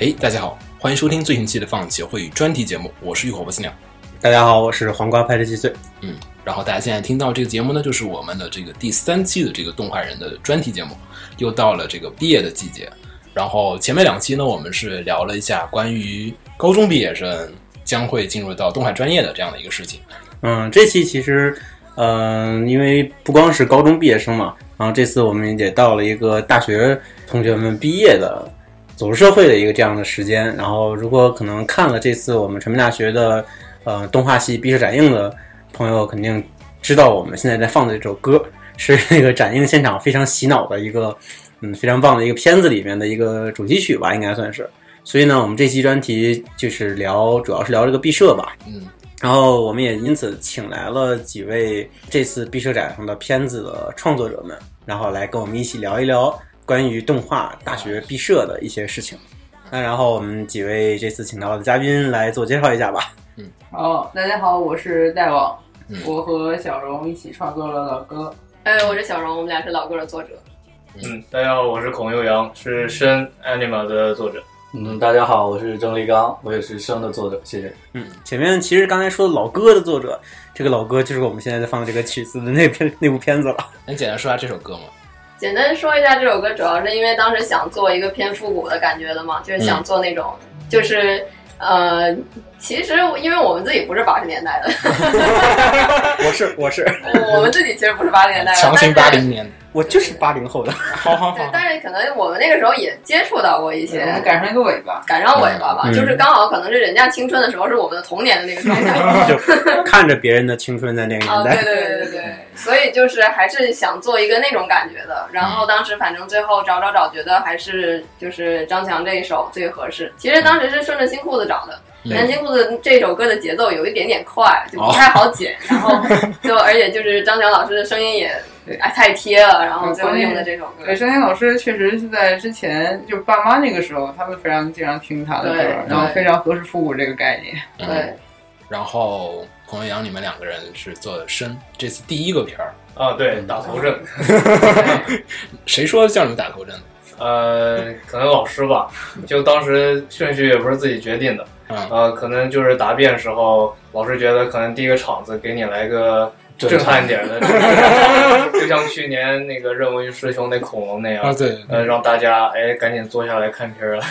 哎，大家好，欢迎收听最新期的放协会专题节目，我是浴火不死鸟。大家好，我是黄瓜派的七岁。嗯，然后大家现在听到这个节目呢，就是我们的这个第三期的这个动画人的专题节目，又到了这个毕业的季节。然后前面两期呢，我们是聊了一下关于高中毕业生将会进入到动画专业的这样的一个事情。嗯，这期其实，嗯、因为不光是高中毕业生嘛，然后这次我们也到了一个大学同学们毕业的走入社会的一个这样的时间。然后，如果可能看了这次我们传媒大学的呃动画系毕设展映的朋友，肯定知道我们现在在放的这首歌是那个展映现场非常洗脑的一个，嗯，非常棒的一个片子里面的一个主题曲吧，应该算是。所以呢，我们这期专题就是聊，主要是聊这个毕设吧。嗯，然后我们也因此请来了几位这次毕设展上的片子的创作者们，然后来跟我们一起聊一聊关于动画大学毕设的一些事情。那然后我们几位这次请到的嘉宾来自我介绍一下吧。哦，大家好，我是大王，嗯我和小荣一起创作了老歌。哎，我是小荣，我们俩是老歌的作者。嗯，大家好，我是孔佑阳，是《深 Anima》的作者。嗯，大家好，我是郑立刚，我也是生的作者，谢谢。嗯，前面其实刚才说老歌的作者，这个老歌就是我们现在在放的这个曲子的那篇那部片子了。能简单说下这首歌吗？简单说一下这首歌，主要是因为当时想做一个偏复古的感觉的嘛，嗯就是想做那种，就是呃，其实因为我们自己不是八十年代的， 我是我是我们自己其实不是八十年代的，强行八但是零年，我就是八零后的，好好 对，但是可能我们那个时候也接触到过一我些们嗯赶嗯上一个尾巴，赶上尾巴吧，嗯就是刚好可能是人家青春的时候是我们的童年的那个状态。就看着别人的青春在那个啊，年对代。对对对对，所以就是还是想做一个那种感觉的。然后当时反正最后找找找，觉得还是就是张强这一首最合适。其实当时是顺着新裤子找的，嗯但新裤子这首歌的节奏有一点点快，就不太好剪。然后就而且就是张强老师的声音也哎太贴了，然后最后用的这首歌哎对，。声音老师确实是在之前就爸妈那个时候，他们非常经常听他的歌对，然后对非常合适复古这个概念。嗯、对。然后孔佑阳，你们两个人是做的深，这次第一个片儿，啊，对，嗯打头阵。谁说叫你们打头阵的？呃，可能老 师吧，就当时顺序也不是自己决定的。嗯呃，可能就是答辩时候，老师觉得可能第一个场子给你来个震撼 一点的，就像去年那个任文师兄那恐龙那样啊，，对，呃，让大家哎赶紧坐下来看 片儿了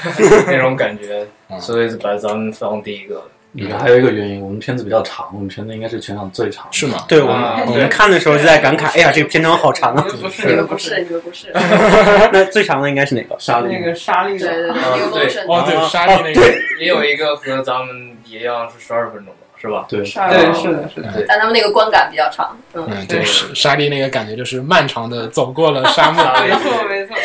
那种感觉嗯，所以把咱们放第一个。里面还有一个原因，我们片子比较长，我们片子应该是全场最长的。是吗？对我们、哦啊我对们看的时候就在感慨，哎呀，这个片长好长 啊！你们不是你你们们不不是，是你们不是，那最长的应该是哪个？沙那粒，个沙粒对对的，对，啊那个对 motion，哦，对，啊沙莉那个，也有一个和咱们一样是十二分钟吧，是吧？对，沙对粒是的，是的。但他们那个观感比较长，嗯，嗯，对，对沙沙莉那个感觉就是漫长的走过了沙漠，沙没粒 错没错，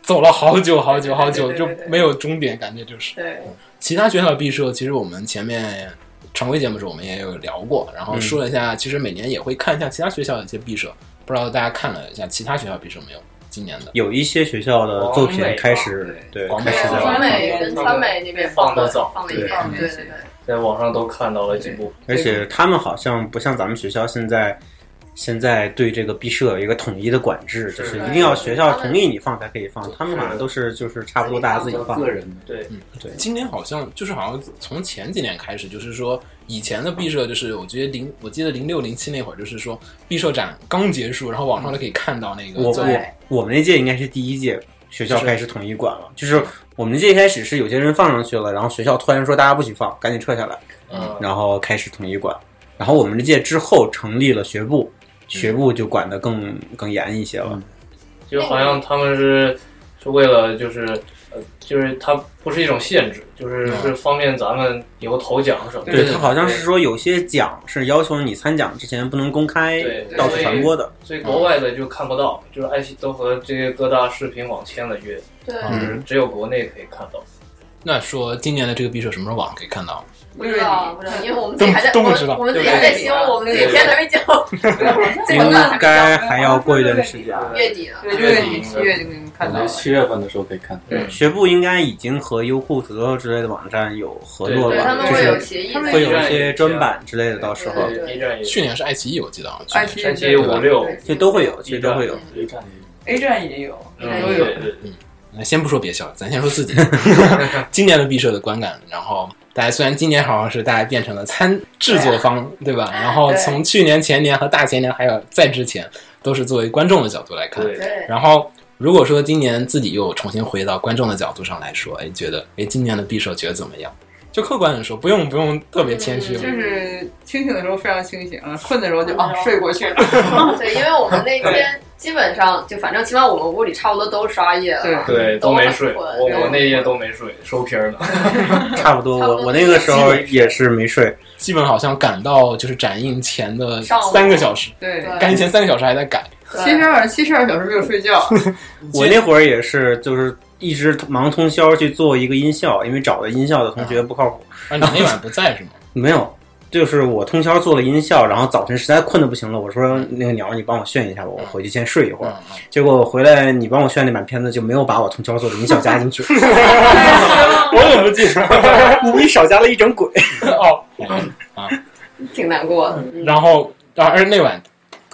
走了好久好久好久，对就对对对没有终点，感觉就是。对，其他学校的毕设，其实我们前面常规节目时候我们也有聊过，然后说了一嗯下，其实每年也会看一下其他学校的一些毕设，不知道大家看了一下其他学校毕设没有？今年的有一些学校的作品开始对啊广美开始吧在川网上，美跟川美那边放的得早放了一遍，对对对对。在网上都看到了几部。而且他们好像不像咱们学校现在。现在对这个毕设有一个统一的管制，是就是的一定要学校同意你放才可以放。他们好像都是就是差不多大家自己放个。人的对，今年好像就是好像从前几年开始，就是说以前的毕设，就是我觉得零，我记得零六零七那会儿，就是说毕设展刚结束，然后网上嗯都可以看到那个我作我品，我们那届应该是第一届学校开始统一管了，就是我们那届一开始是有些人放上去了，然后学校突然说大家不许放，赶紧撤下来。嗯，然后开始统一管。然后我们这届之后成立了学部，学部就管得更更严一些了。就好像他们是是为了就是呃，就是它不是一种限制，就是嗯是方便咱们以后投奖什么的。对他好像是说有些奖是要求你参奖之前不能公开对对到处传播的。所以国外的就看不到，就是爱奇艺都和这些各大视频网签了约，对就嗯是只有国内可以看到。那说今年的这个毕设什么时候网上可以看到？不知道，不知道，因为我们自己都还在，都我不们知道我们自己还在修，我们自己片还没交， 这个应呢还没该交，还要过一段时间。啊月底了。对，就是嗯你七月就能看感到觉了。七月份的时候可以看。对学部应该已经和优酷、土豆之类的网站有合作对对他吧们？就会有是协议他，们会有一些专版之类的，到时候对对 B 站也去年是爱奇艺，我记得啊，去爱年奇是艺山七五六，这都会有，这都会有。 B 站也有 A 站也有，嗯，都对有。对对，对那先不说别校，咱先说自己今年的毕设的观感。然后大家虽然今年好像是大家变成了参制作方，对吧？然后对从去年、前年和大前年还有再之前，都是作为观众的角度来看。对，对，然后如果说今年自己又重新回到观众的角度上来说，哎，觉得哎今年的匕首觉得怎么样？就客观的说，不用不用特别谦虚嗯了就。是清醒的时候非常清醒，困的时候就啊嗯睡过去了。对，因为我 们那天基本上就反正起码我们屋里差不多都刷夜了吧，对，都都没很睡，困我对我那夜都没睡，收皮儿了。差不多，差不我多我那个时候也是没睡，基本好像赶到就是展映前的上午三个小时，对，对赶映前三个小时还在赶。对七十二七十二小时没有睡觉，我那会儿也是就是一直忙通宵去做一个音效，因为找的音效的同学不靠谱，啊，你那晚不在 是吗？没有。就是我通宵做了音效，然后早晨实在困得不行了，我说那个鸟儿，你帮我炫一下吧，我回去先睡一会儿。嗯，嗯结果我回来，你帮我炫那版片子就没有把我通宵做的音效加进 去，我怎么记 得？你少加了一整鬼。哦， 挺难过的。嗯然后啊，而那晚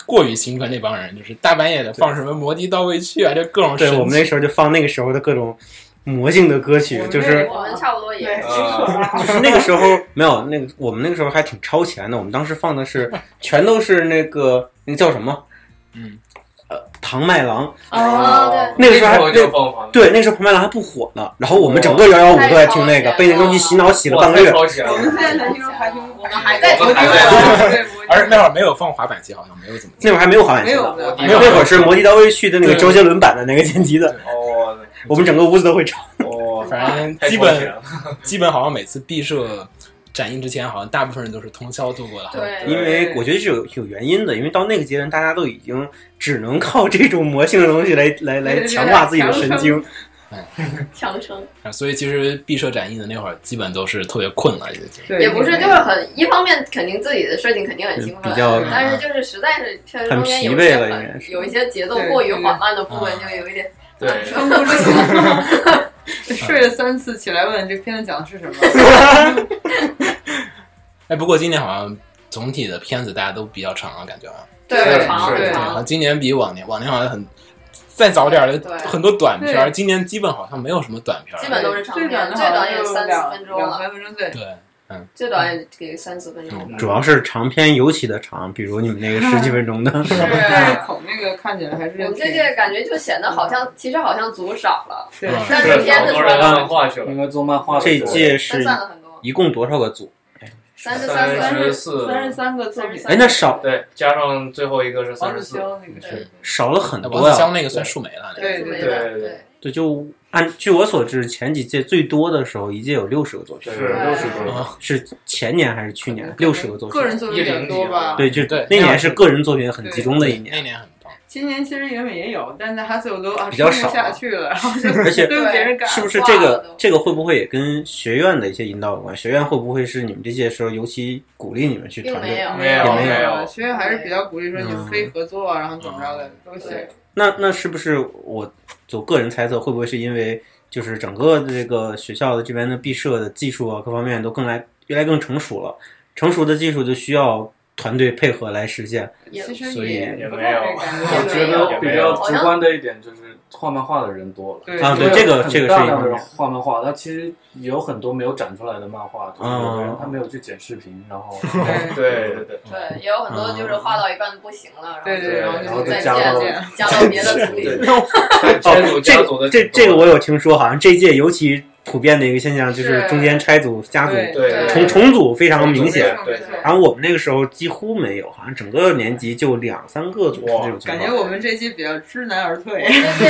过于兴奋，那帮人就是大半夜的放什么《魔笛到位去》啊，就各种对神我们那曲时候就放那个时候的各种魔性的歌曲我，们就那是我们差不多也对是，就是那个时候没有那个，我们那个时候还挺超前的。我们当时放的是全都是那个那个叫什么？嗯，呃，庞麦郎。啊哦，那个时候还我就疯狂，对，那时候庞麦郎还不火呢。然后我们整个幺幺五都在听那个，太超前了被那东西洗脑洗了哇半个太月。超前我们了现。在才听说排听，我们还在听我听过，而那会儿没有放滑板机，好像没有怎 么那会儿还没有滑板没鞋有呢。的，没那有会儿是《魔笛到位去》的那个对周杰伦版的那个剪辑的，哦，我们整个屋子都会唱。我我反正太基超前本了基本好像每次毕设展映之前，好像大部分人都是通宵度过的。对，因为我觉得是有有原因的，因为到那个阶段，大家都已经只能靠这种魔性的东西来来来对对强化自己的神经。强撑啊，所以其实毕设展映的那会儿，基本都是特别困了，已经。对也不是，就是很一方面肯定自己的事情肯定很兴奋，比较嗯但是就是实在是确实中间有很疲惫一些了很应该是有一些节奏过于缓慢的部分，对就有一点对， 撑不住，睡了三次，起来问这片子讲的是什么？哎，不过今年好像总体的片子大家都比较长了，感觉啊，对长是对，好长像今年比往年，往年好像很再早点儿的对很多短片儿，对今年基本好像没有什么短片儿。基本都是长最片短的最短也三四两分钟两了，三分 钟对。对，最短也给三四分嗯钟。主要是长篇尤其的长，比如你们那个十几分钟的，嗯但是孔那个看起来还是我们这届感觉就显得好像其实好像组少了，对嗯但是是片子好多出来人了漫画去了应，该做漫画的 这届分是散了很多，一共多少个组？三十三三十十四，三十三个作品，哎，那少对，加上最后一个是三王十志四潇，那个是少了很那多啊王子呀、潇那个算数没了，那个对对对对对对，对，就按据我所知，前几届最多的时候，一届有六十个作品，是六十多啊个，是前年还是去年？六十个作品个，人作品比较多吧？对，就对那年是个人作品很集中的一那年，年很棒。今年其实原本也有，但是他最后都啊比较撑少不下去了，然后就 而且 跟别人赶是不是这挂了都个这个会不会也跟学院的一些引导有关？学院会不会是你们这届时候尤其鼓励你们去并团没队？有没有没有学院还是比较鼓励说你们可以合作啊，然后怎么着的都行。那那是不是我我个人猜测，会不会是因为就是整个的这个学校的这边的毕设的技术啊，各方面都更来越来更成熟了，成熟的技术就需要团队配合来实现。也其实所以也也不没有太感我觉也得没比有较直观的一点就是画漫画的人多了。对啊对这个这个是一大方面量的人画漫画，他其实有很多没有展出来的漫画，就是啊有的人他没有去剪视频，然后对对对对，对，也有很多就是画到一半不行了，对然对，然后然后就再再加见到见。加到 别的组里。拆组加组哦这的这这个我有听说，好像这届尤其普遍的一个现象就是是中间拆组、加组、对对重重组非常明明显。对然后我们那个时候几乎没有，好像整个年级就两三个组是这种情感觉况。我们这期比较知难而退。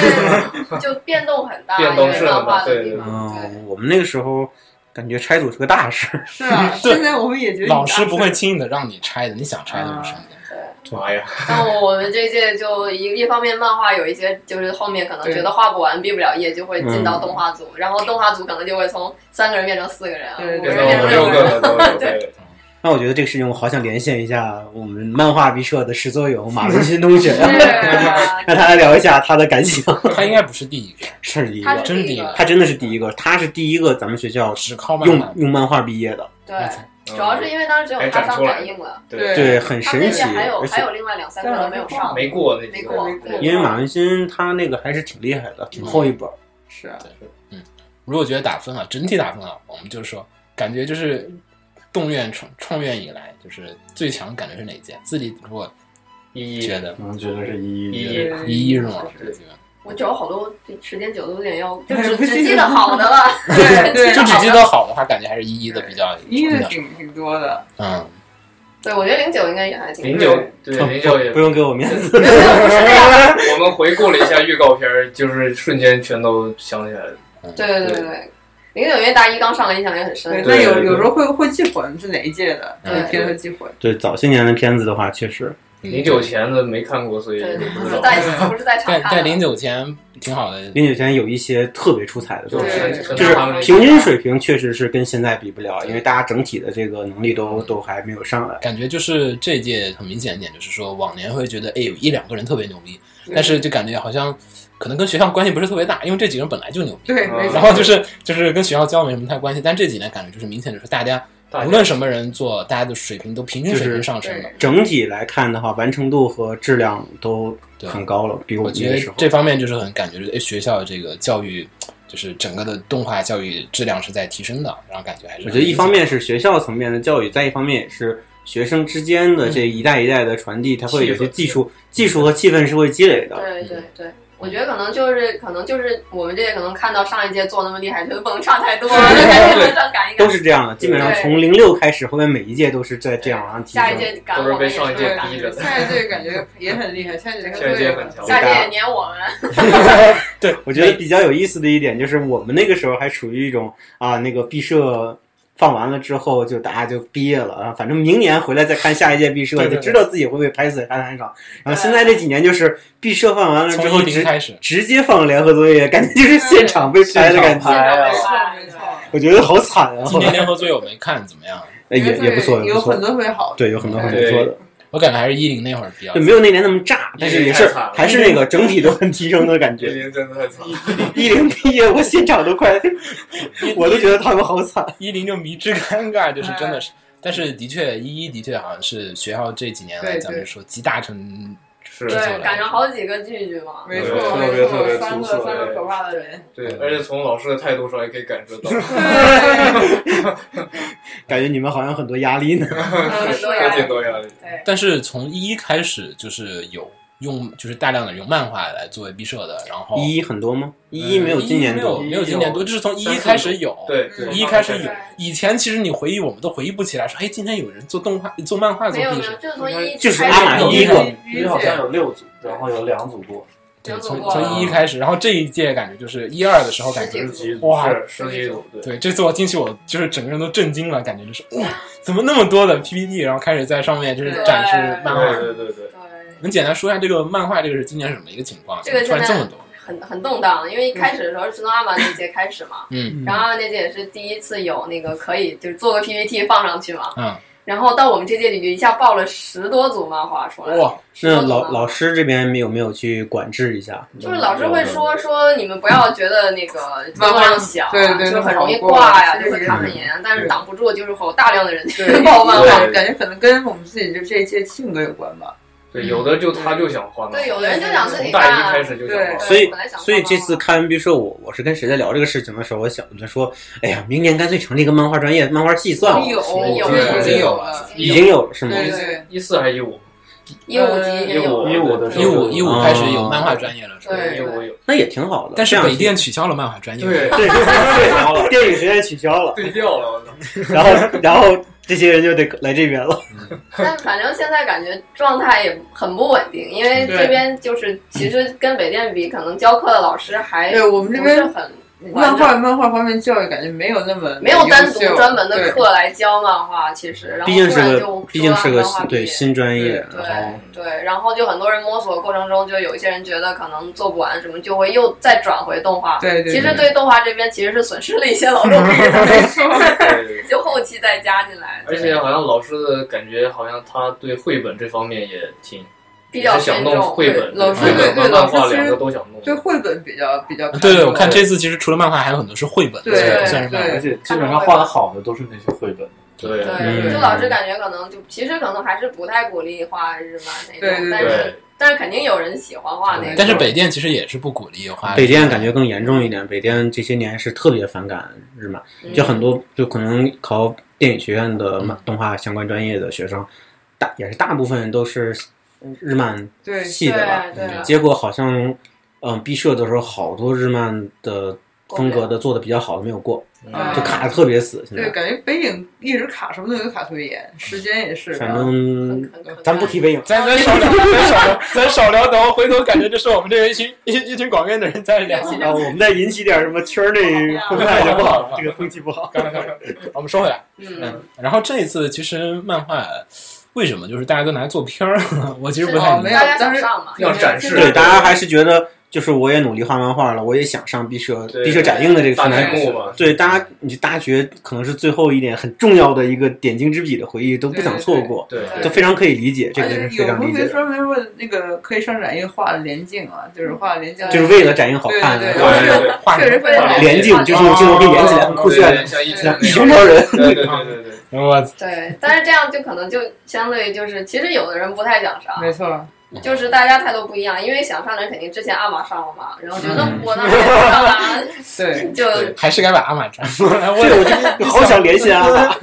这就变动很大，变动是因为漫画的地对方，对嗯，我们那个时候感觉拆组是个大事。是啊，对现在我们也觉得老师不会轻易的让你拆的，你想拆就拆。妈呀，但我们这届就一一方面漫画有一些就是后面可能觉得画不完、毕不了业，就会进到动画组，然后动画组可能就会从三个人变成四个人啊，对五个变成人变成五六六个了人。都有，对， 那我觉得这个事情，我好想连线一下我们漫画毕设的始作俑马文新同学，是啊 让他来聊一下他的感想。啊他应该不是第一个，是第一他个，是第一真个，他真的是第一个，他是第一个咱们学校只靠漫用画。用漫画毕业的，对，主要是因为当时有他上感应了，对对，很他神们奇。届还有而还且有另外两三个人没有上，没过那没几个过，人，对因为马文新他那个还是挺厉害的，挺厚一本儿，是啊，如果觉得打分啊，整体打分啊，我们就是说，感觉就是动院创创院以来，就是最强感觉是哪届？自己如果一一觉得我们觉得是一一一一对一一是吗？是我找了好多，时间久了有点要，就哎只不只记记得得好的了，对对，就只记得好的话，感觉还是一一的比较一比的较挺挺多的，嗯，对，我觉得零九应该也还挺零九对零九也不，用给我面子，没有没有不是那样的，我们回顾了一下预告片儿，就是瞬间全都想起来了。对对对对，零九因为大一刚上来，印象也很深对，。对但有对有时候会会记混是哪一届的，对有片会记混，对早些年的片子的话，确实零九前的没看过，所以对，不不知是道。在不是在场在在看的零，九前挺好的，零九前有一些特别出彩的作就品，是对就是他们平均水平确实是跟现在比不了，因为大家整体的这个能力都都还没有上来。感觉就是这届很明显一点，就是说往年会觉得哎有一两个人特别牛逼，但是就感觉好像可能跟学校关系不是特别大，因为这几个人本来就牛逼。对，嗯没然错，后就是就是跟学校交流没什么太关系，但这几年感觉就是明显就是大家大家无论什么人做，大家的水平都平均水就平是上升了。对，整体来看的话，完成度和质量都很高了，比我我们觉那个时得候。这方面就是很感觉哎学校这个教育就是整个的动画教育质量是在提升的，然后感觉还是我觉得一方面是学校层面的教育，再一方面也是学生之间的这一代一代的传递，它会有些技术、技术和气氛是会积累的。对嗯对对。我觉得可能就是可能就是我们这届可能看到上一届做那么厉害，觉得不能差太多， 就赶紧往上赶一赶都。是这样的，基本上对从零六开始，后面每一届都是在这样往啊上提下一升。届赶我们也都是被上一届赶逼着的下一届感觉也很厉害，下一届现在也很强，下一届也撵我们。对，我哎觉得比较有意思的一点就是，我们那个时候还处于一种啊，那个毕设放完了之后，就大家就毕业了啊，反正明年回来再看下一届毕设，对对就对知道自己会不会拍死沙滩上。然后对现在这几年就是毕设放完了之从后一零直开始，直接放联合作业，感觉就是现场被拍的感现场觉，拍没哎错没错，我觉得好惨啊！今后年来联合作业我没看怎么样，哎也也不错，也有不很错，多会好的，对，有很多很不对错的，我感觉还是一零那会儿比较对，没有那年那么炸，但是也太是惨了还是那个整体都很提升的感觉。零真的太惨了。一零毕业，我现场都快，我都觉得他们好惨。一零就迷之尴尬，就是真哎的是。但是的确，一一的确好像是学校这几年来对咱们对说集大成是对，赶上好几个聚聚嘛。没对错特没别特错别，哎三粗个俗三个对可怕的 人，对，而且从老师的态度上也可以感觉到，感觉你们好像很多压力呢。嗯很多有压挺力。多压力。对，但是从一一开始就是有用，就是大量的用漫画来作为毕设的，然后嗯一一很多吗？一一没嗯有今年没有多，没有今年多，就是从一一开始有。，对，嗯一开始有有，以前其实你回忆我们都回忆不起来，说哎，今天有人做动画做漫画做没有毕没有，设，就是从一就是开阿始玛有第一有个，因为好像有六组，然后有两组过，对，有从做过从一一开始，然后这一届感觉就是一二的时候感觉十几组哇是十几组，对，对，这次我进去，我就是整个人都震惊了，感觉就是哇，怎么那么多的 PPT，然后开始在上面就是展示漫画。对对对对，对能简单说一下这个漫画这个是今年什么一个情况？这个突然现这在么多，很很动荡，因为一开始的时候是从阿玛那届开始嘛，嗯然后阿玛那届也是第一次有那个可以就是做个 PPT 放上去嘛，嗯，然后到我们这届里就一下爆了十多组漫画出来，哇，那老老师这边有没有去管制一下？就是老师会说说你们不要觉得那个漫画量小啊，对对就是那很好容易过挂呀，是就会是卡很严，但是挡不住就是会有大量的人去对爆漫画。感觉可能跟我们自己就这一届性格有关吧，嗯对，有的就他就想换，对，有的人就想自己从干大一啊，开始就想换，所以本来想所以画这漫次画看完毕设，我我是跟谁在聊这个事情的时候，我想着说，哎呀，明年干脆成立一个漫画专业，漫画系算了，有哦有对已经有了了，已经有了是吗？对对一四还是一五？一五级也有， 15一五的时一候五就一五开始有漫画专业了，是吧？对一五有，那也挺好的。但是这样北电取消了漫画专业，对，对取消 了，电影学院取消了，对调了，我操，然后然后这些人就得来这边了。但反正现在感觉状态也很不稳定，因为对这边就是其实跟北电比，可能教课的老师还对我们不这是边很漫画漫画方面教育感觉没有那么没有单独优秀专门的对课来教漫画，其实然后毕竟突是然个就，毕竟是说个漫画毕对业新专业，对然后对，然后就很多人摸索过程中，就有一些人觉得可能做不完什么，就会又再转回动画。对对，其实对动画这边其实是损失了一些劳动力 的，没错，对对。就后期再加进来，而且好像老师的感觉，好像他对绘本这方面也挺比较也是想慎弄重。绘本，绘本和漫画两个都想弄。对绘本比较比较看啊嗯对对，我重看这次其实除了漫画，还有很多是绘本，对算对算是漫对画。而且基本上画的好的都是那些绘本。对对，嗯就老师感觉可能就其实可能还是不太鼓励画日漫那对对种，但是对但是肯定有人喜欢画那个。但是北电其实也是不鼓励画北电感觉更严重一点，北电这些年是特别反感日漫，嗯就很多就可能考电影学院的漫动画相关专业的学生，大也是大部分都是日漫对系对的吧。对了，结果好像，嗯、毕设的时候好多日漫的风格的做的比较好的没有过，啊嗯就卡的特别死。现对，在感觉北影一直卡什么东西都卡特别严，时间也是。反然后很正很很咱不提北影，咱咱少聊，咱少聊，咱少聊。等回头感觉就是我们这一群一一群广院的人在 哦聊。啊，我们再引起点什么圈内不风好呀态就不好不好了，这个风气不好。我们收回来。嗯，然后这一次其实漫画为什么就是大家都拿来做片儿 了？我其实不太哦明没白。有大当家想时上嘛，要展示对，大家还是觉得就是我也努力画漫画了，我也想上毕设对毕设展映的这个大平屏台。幕嘛，对，大家你大学可能是最后一点很重要的一个点睛之笔的回忆，都不想错过，对对对都非常可以理解，这个而是非且哎有常理同解学的，专门问那个可以上展映画连镜啊，就是画连镜，就是为了展映好看对对对然后对画确实非常好看连镜就是对就我给演起来很酷哦对炫，像一像群一那群种超人。对对对对对，我对，但是这样就可能就相对于就是，其实有的人不太想上，没错，就是大家态度不一样，因为想上的人肯定之前阿玛上了嘛，然后觉得嗯我当时也不上啊， 对就对还是该把阿玛 抓过来。对，我我就好想联系啊！回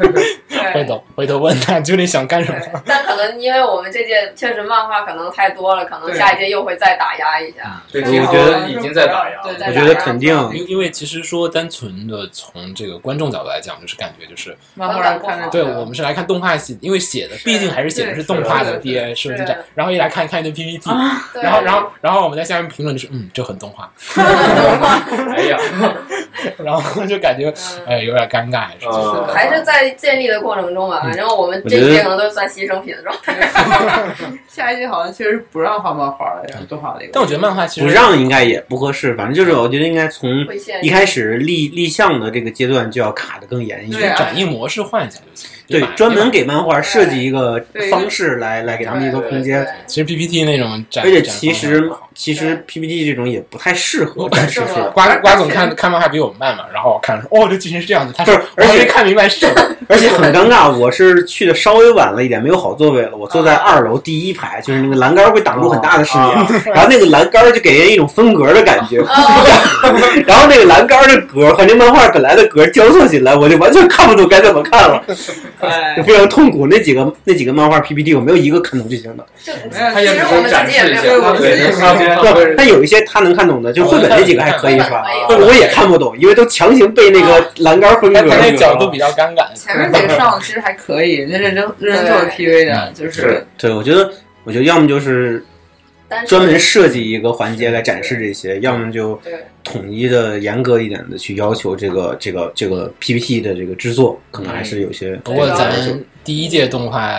对头回头问他究竟想干什么。对， 但可能因为我们这届确实漫画可能太多了，可能对下一届又会再打压一下。对，对听我说觉得已经在打压了，嗯对我觉得肯定因因为其实说单纯的从这个观众角度来讲，就是感觉就是漫画上看着对我们是来看动画系，因为写的毕竟还是写的是动画的是啊 DA 设计展是，然后一来看看一堆 PPT，对然后然后然后我们在下面评论就是嗯，这很动画， 哎呀，然后就感觉嗯哎有点尴尬，还是嗯还是在建立的过程中吧，嗯反正我们这一届可能都算牺牲品的状态。下一季好像确实不让画漫画了，然后多画了一个。但我觉得漫画其不实让应该也不合适，反正就是我觉得应该从会限一开始立立项的这个阶段就要卡得更严一对些啊。展映模式换一下就行，对你把，专门给漫画设计一个对方式来来给他们一个空间，对其实 PPT 那种展，而且展其方式实不好其实 PPT 这种也不太适合展示是出来吗，瓜瓜总看看漫画比我们慢嘛，然后我看说哦这剧情是这样子，他不说是，而我还没且看明白是什么， 而且很尴尬，我是去的稍微晚了一点，没有好座位了，我坐在啊二楼第一排，就是那个栏杆会挡住很大的视野，啊 然后那个栏杆就给人一种分隔的感觉，啊哦， 然后那个栏杆的格和那漫画本来的格交错起来，我就完全看不懂该怎么看 了，哎就，非常痛苦。那几个那几个漫画 PPT 我没有一个看懂剧情的，就没有他也其只实是我们展自己也示一没下，有啊我们自己也没有对，他他不，但有一些他能看懂的，就绘本那几个还可以啊是吧？绘本我也看不懂，因为都强行被那个栏杆分他隔他那角度了。比较尴尬，前面几个上其实还可以，人家认真认真做的 PV 的，就是对，我觉得，我觉得要么就是但是专门设计一个环节来展示这些，要么就对统一的、严格一点的去要求这个、这个、这个 PPT 的这个制作，可能还是有些不过咱要求第一届动画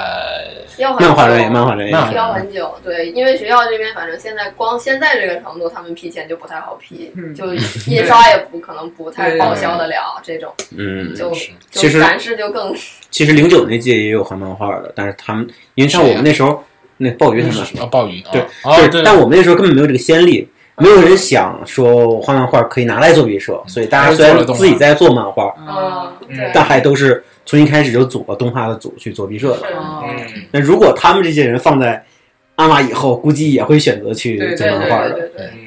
要很漫画久专业、嗯漫画专业漫画要很久，对，因为学校这边反正现在光现在这个程度，他们批钱就不太好批，嗯就印刷也不可能不太报销得了，这种嗯，就就是其实就展示就更其实零九那届也有画漫画的，但是他们因为像我们那时候，那鲍鱼他们，啊鲍鱼，对啊哦就是对，但我们那时候根本没有这个先例，没有人想说我画漫画可以拿来做毕设，所以大家虽然自己在做漫画，嗯，对，但还都是从一开始就组了动画的组去做毕设的。是嗯，嗯，那如果他们这些人放在阿玛以后，估计也会选择去对做对漫对画对的。对对，嗯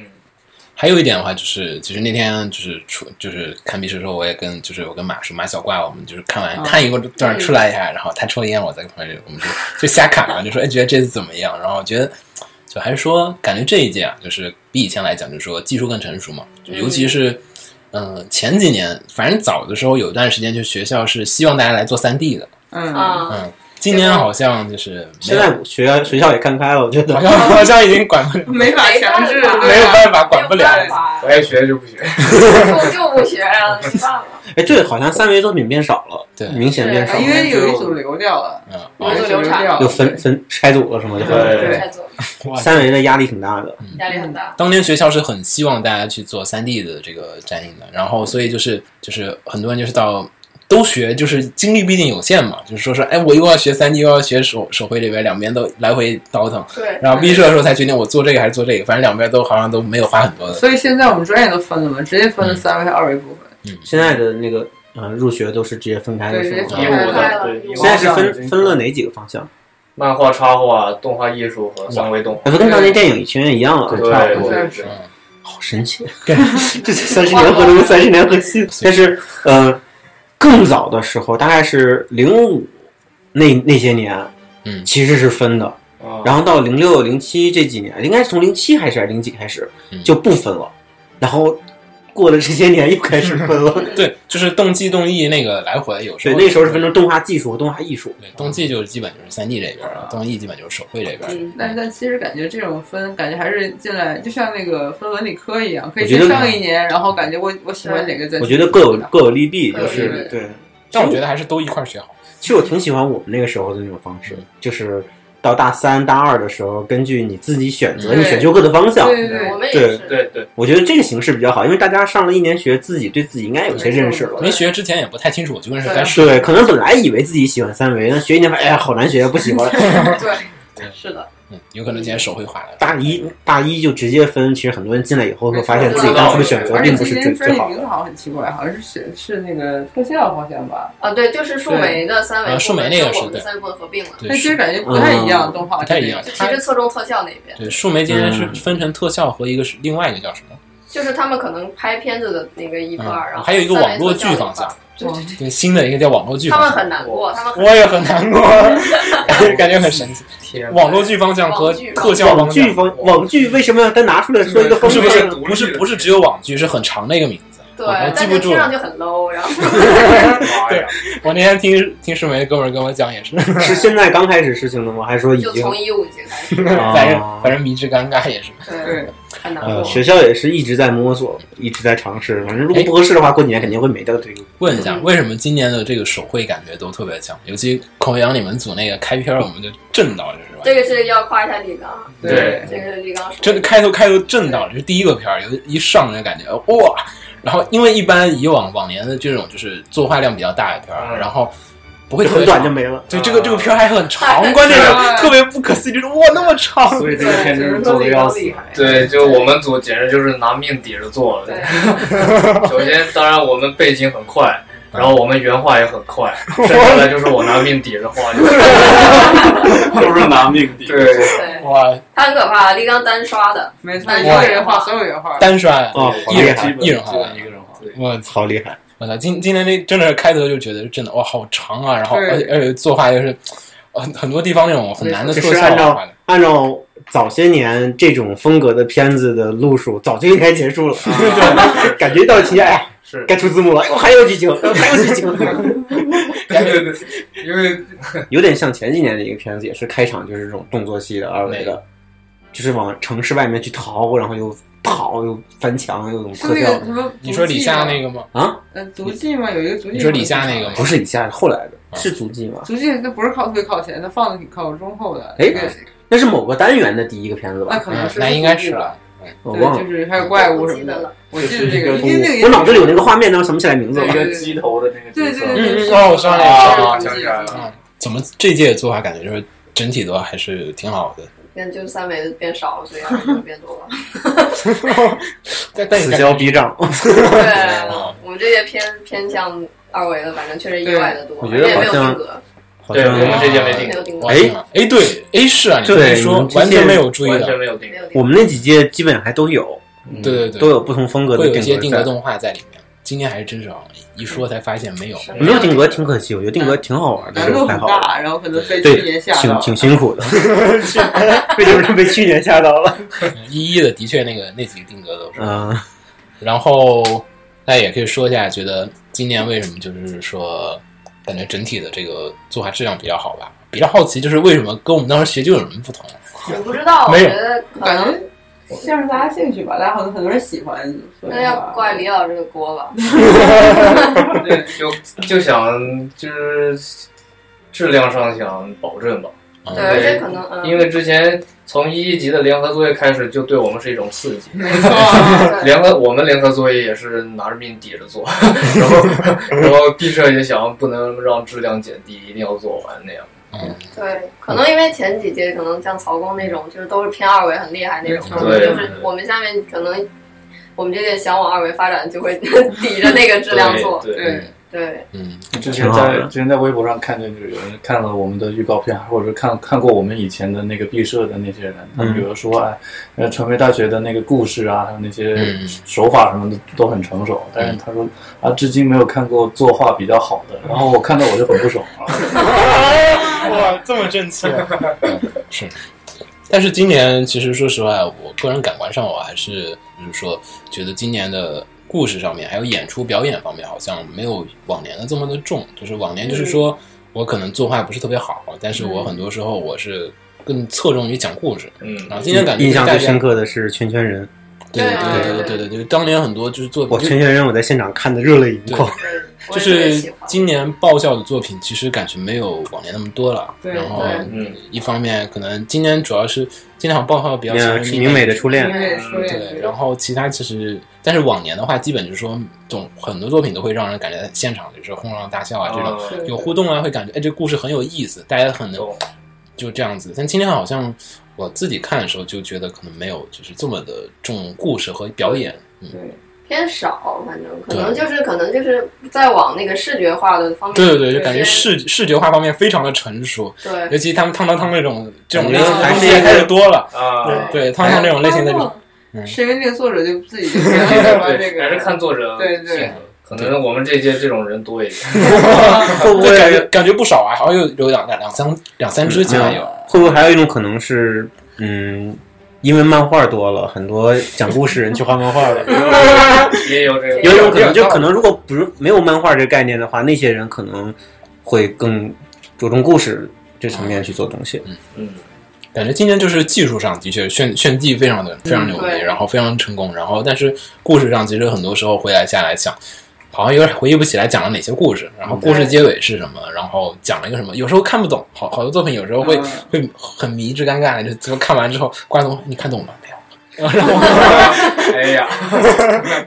还有一点的话，就是其实那天就是出就是看毕设的时候，我也跟就是我跟马叔马小怪，我们就是看完、啊看一个段儿出来一下，然后他抽烟，我在旁边我们就就瞎侃嘛，就说哎觉得这次怎么样？然后我觉得就还是说感觉这一届啊，就是比以前来讲，就是说技术更成熟嘛，就尤其是。嗯、前几年，反正早的时候有一段时间，就学校是希望大家来做三 D 的。嗯，啊，嗯，今年好像就是没现有在学校学校也看开了，我觉好得像好像已经 管不了，没法强制，没对有啊办法管不了。哎没有办法我爱学就不学，嗯就就不学啊，没办法，哎，对，好像三维作品变少了，对明显变少啊了，因为有一组流掉了，嗯，有我一哦组啊流掉了，就分分拆组了是吗？就对不太做，三维的压力挺大的。压力很大。当年学校是很希望大家去做三 D 的这个展映的，然后所以就是就是很多人就是到都学，就是精力毕竟有限嘛，就是说是哎，我又要学三 D，又要学手手绘这边，两边都来回倒腾。对，然后毕设的时候才决定我做这个还是做这个，反正两边都好像都没有花很多对的。所以现在我们哎专业都分了嘛，直接分嗯了三维和二维部分，现在的那个呃入学都是直接分开的，是对直接吗？分一开五的，对，现在是现在已分经分了哪几个方向？漫画插画、动画艺术和三维动画。不跟当年电影全一样啊，对差不多对是对，好神奇，这三十年河东，三十年河西。但是，呃，更早的时候，大概是零五那那些年，嗯其实是分的。啊然后到零六、零七这几年，应该是从零七开始还是零几开始嗯就不分了。然后过了这些年又开始分了。对，就是动机动意那个来回有时对，候那时候是分成动画技术和动画艺术。对动机就是基本就是三 D 这边儿了，动意基本就是手绘这边儿。嗯，但但其实感觉这种分，感觉还是进来就像那个分文理科一样，可以我觉得进上一年，然后感觉我我喜欢哪个再去。我觉得各有各有利弊，就各有利是弊对。但我觉得还是都一块儿学好。其实我挺喜欢我们那个时候的那种方式，就是到大三、大二的时候，根据你自己选择嗯你选修课的方向，对对对我，们对也是，对对，我觉得这个形式比较好，因为大家上了一年学，自己对自己应该有些认识了。没学之前也不太清楚究竟是该对是对，可能本来以为自己喜欢三维，但学一年发现，哎呀，好难学，不喜欢。对，是的，嗯，有可能之前手绘画的。大一大一就直接分，其实很多人进来以后会发现自己当初的选择而且并不是今最年最专业好名字的。好像很奇怪，好像是是是那个特效方向吧？啊，对，就是树莓的三维啊部树莓分那个跟是我们对三维部的合并了，对但其实树感觉不太一样，嗯动画不太一样就其它实侧重特效那边，对，树莓今天是嗯分成特效和一个是另外一个叫什么？就是他们可能拍片子的那个一块儿，然嗯，后还有一个三维网络特效剧那方块儿向，对，新的一个叫网络剧他方们向。很难过，他们很我也很难 过，感觉很神奇。天，网络剧方向和网剧特效网方向剧方网剧为什么要单拿出来说一个不方是向不是呢？不是不是只有网剧，是很长的一个名字。对我记，但不是住听上去很 low，然后 妈呀！我那天听听世梅的哥们儿跟我讲，也是，是现在刚开始事情的吗？还是说已就经从？一五级开 始，反啊正反正迷之尴尬也是。对，对，很难呃，过。学校也是一直在摸索，一直在尝试。反正如果不合适的话，过几年肯定会没掉队伍。问一下，嗯为什么今年的这个手绘感觉都特别强？尤其口阳你们组那个开篇儿，我们就震到，就是吧这个是要夸一下李刚，对这个是李刚说真的的，开头开头震到，这是第一个片儿，有一上就感觉哇。然后因为一般以往往年的这种就是作画量比较大的片儿，嗯然后不会特很别短长就没了。对，啊这个这个片儿还很长，关键是对特别不可思议，就是哇那么长。所以这个片真是做的要死。厉害。对，就我们组简直就是拿命抵着做的。 首先，当然我们背景很快，然后我们原画也很快，剩下来就是我拿命抵着画，就是都是拿命抵。对对，哇，他很可怕，立刚单刷的，没错，哇所有人画，所有人画，单刷呀，哦，好一厉人害，一人画完一个人画。我操！好厉害！我操！今今天这真的是开头就觉得真的哇，好长啊！然后对而且而且作画又是呃很很多地方那种很难的就特是效啊按画照的，按照早些年这种风格的片子的路数，早就应该结 束了。啊 对感觉到今天，哎呀，是，该出字幕了，哎 呦，还有几集，还有几集。 对对对，因为有点像前几年的一个片子，也是开场就是这种动作戏的二维的，就是往城市外面去逃，然后又跑又翻墙，又有是特那效个。什么？你说李夏那个吗？啊，呃足迹吗？有一个足迹。你说李夏那个吗不是以下，是后来的，啊是足迹吗？足迹那不是靠特别靠前，它放的挺靠中后的。哎这个那是某个单元的第一个片子那吧？可能嗯是那应该是了。我忘了对，就。是还有怪物我什记么得了的。。我记得这个，我因为那个也我脑子里有那个画面，但我想不起来名字做了一。个鸡头的那个对角色对对对嗯嗯对，哦我想起来了我想起来了嗯，怎么这届作画感觉就是整体的话还是挺好的，现在就是三维的变少了，所以二维 的变多了。但但此消彼长，对，我们这些偏偏向二维的，反正确实意外的多，对我而觉得且也没有好像定格， 好对我们像这届没没定，有定格，哎哎对哎是啊，你这么一对你说们这些完全没有注意完到，全没有定没，有定我格。们那几届基本还都有，对对对，都有不同风格会的有一些定定格格在。嗯动画在里面。今年还真是啊，一说才发现没有。是没有定格挺可惜，我觉得定格挺好玩的，难度还很好，大，然后可能被去对，年吓挺到。挺辛苦 的。 为什么被去年吓到了？一一的的确那个那几个定格都是。嗯，然后大家也可以说一下，觉得今年为什么就是说，感觉整体的这个作画质量比较好吧？比较好奇就是为什么跟我们当时学就有什么不同？啊我不知道，我没觉有得可感能觉向着大家兴趣吧，大家好像很多人喜欢。所以那要吧怪李老师的锅吧。对，就就想就是质量上想保证吧，嗯对，而且可能嗯，因为之前从一级的联合作业开始，就对我们是一种刺 激。没错，对联合我们联合作业也是拿着命抵着做， 然后然后毕设也想不能让质量减低，一定要做完那样。对，可能因为前几届可能像曹工那种，就是都是偏二维很厉害那种，对就是我们下面可能我们这届想往二维发展，就会 抵着那个质量做。对，对，对，嗯，之前挺好在的之前在微博上看见，就是有人看了我们的预告片，或者是看看过我们以前的那个毕设的那些人，他嗯们比如说哎，呃，传媒大学的那个故事啊，还有那些嗯手法什么的都很成熟，嗯但是他说啊，至今没有看过作画比较好的，然后我看到我就很不爽啊。哇，这么正气、啊是，但是今年其实说实话，我个人感官上我还是就是说，觉得今年的故事上面还有演出表演方面，好像没有往年的这么的重。就是往年就是说我可能作画不是特别好，但是我很多时候我是更侧重于讲故事。嗯，然后今年感觉印象大最家深刻的是圈圈人，对对对对对对，就是当年很多就是作我就圈圈人我在现场看的热泪盈眶。对我就也特别是喜欢。今年爆笑的作品，其实感觉没有往年那么多了。对然后对嗯一方面可能今年主要是今年好像爆笑比较强那的是明美的初因 恋，为说也对，然后其他其实，但是往年的话，基本就是说，总很多作品都会让人感觉在现场就是哄堂大笑啊，这种哦对有互动啊，会感觉哎，这故事很有意思，大家很能懂就这样子。但今天好像我自己看的时候就觉得可能没有就是这么的重故事和表演，嗯，偏少，反正可能对就是可能就是在往那个视觉化的方面，对对对，就感觉有些视视觉化方面非常的成熟，对尤其他们汤汤汤这种这种类感型的东觉还是西一也个开始多了，啊，对汤汤这种类型哎的这种，嗯是因为这个作者就自己就喜欢这对，个，还是看作者对对性格，可能我们这届这种人多一点。会不就感觉会感觉不少啊，好像有有两两两三两三嗯只起码有，会不会还有一种可能是，嗯，因为漫画多了，很多讲故事人去画漫画了。也有这个，有一种可能，就可能如果不是没有漫画这个概念的话，那些人可能会更着重故事这层面去做东西。嗯，感觉今年就是技术上的确炫炫技非常的非常牛逼，对然后非常成功，然后但是故事上其实很多时候回来下来想，好像有点回忆不起来讲了哪些故事，然后故事结尾是什么，然后讲了一个什么，有时候看不懂，好好多作品有时候会、嗯会很迷之尴尬，就就看完之后，观众你看懂了没有？哎呀，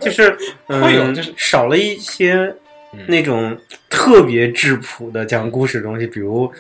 就是嗯，会有就是少了一些嗯那种特别质朴的讲故事的东西，比如。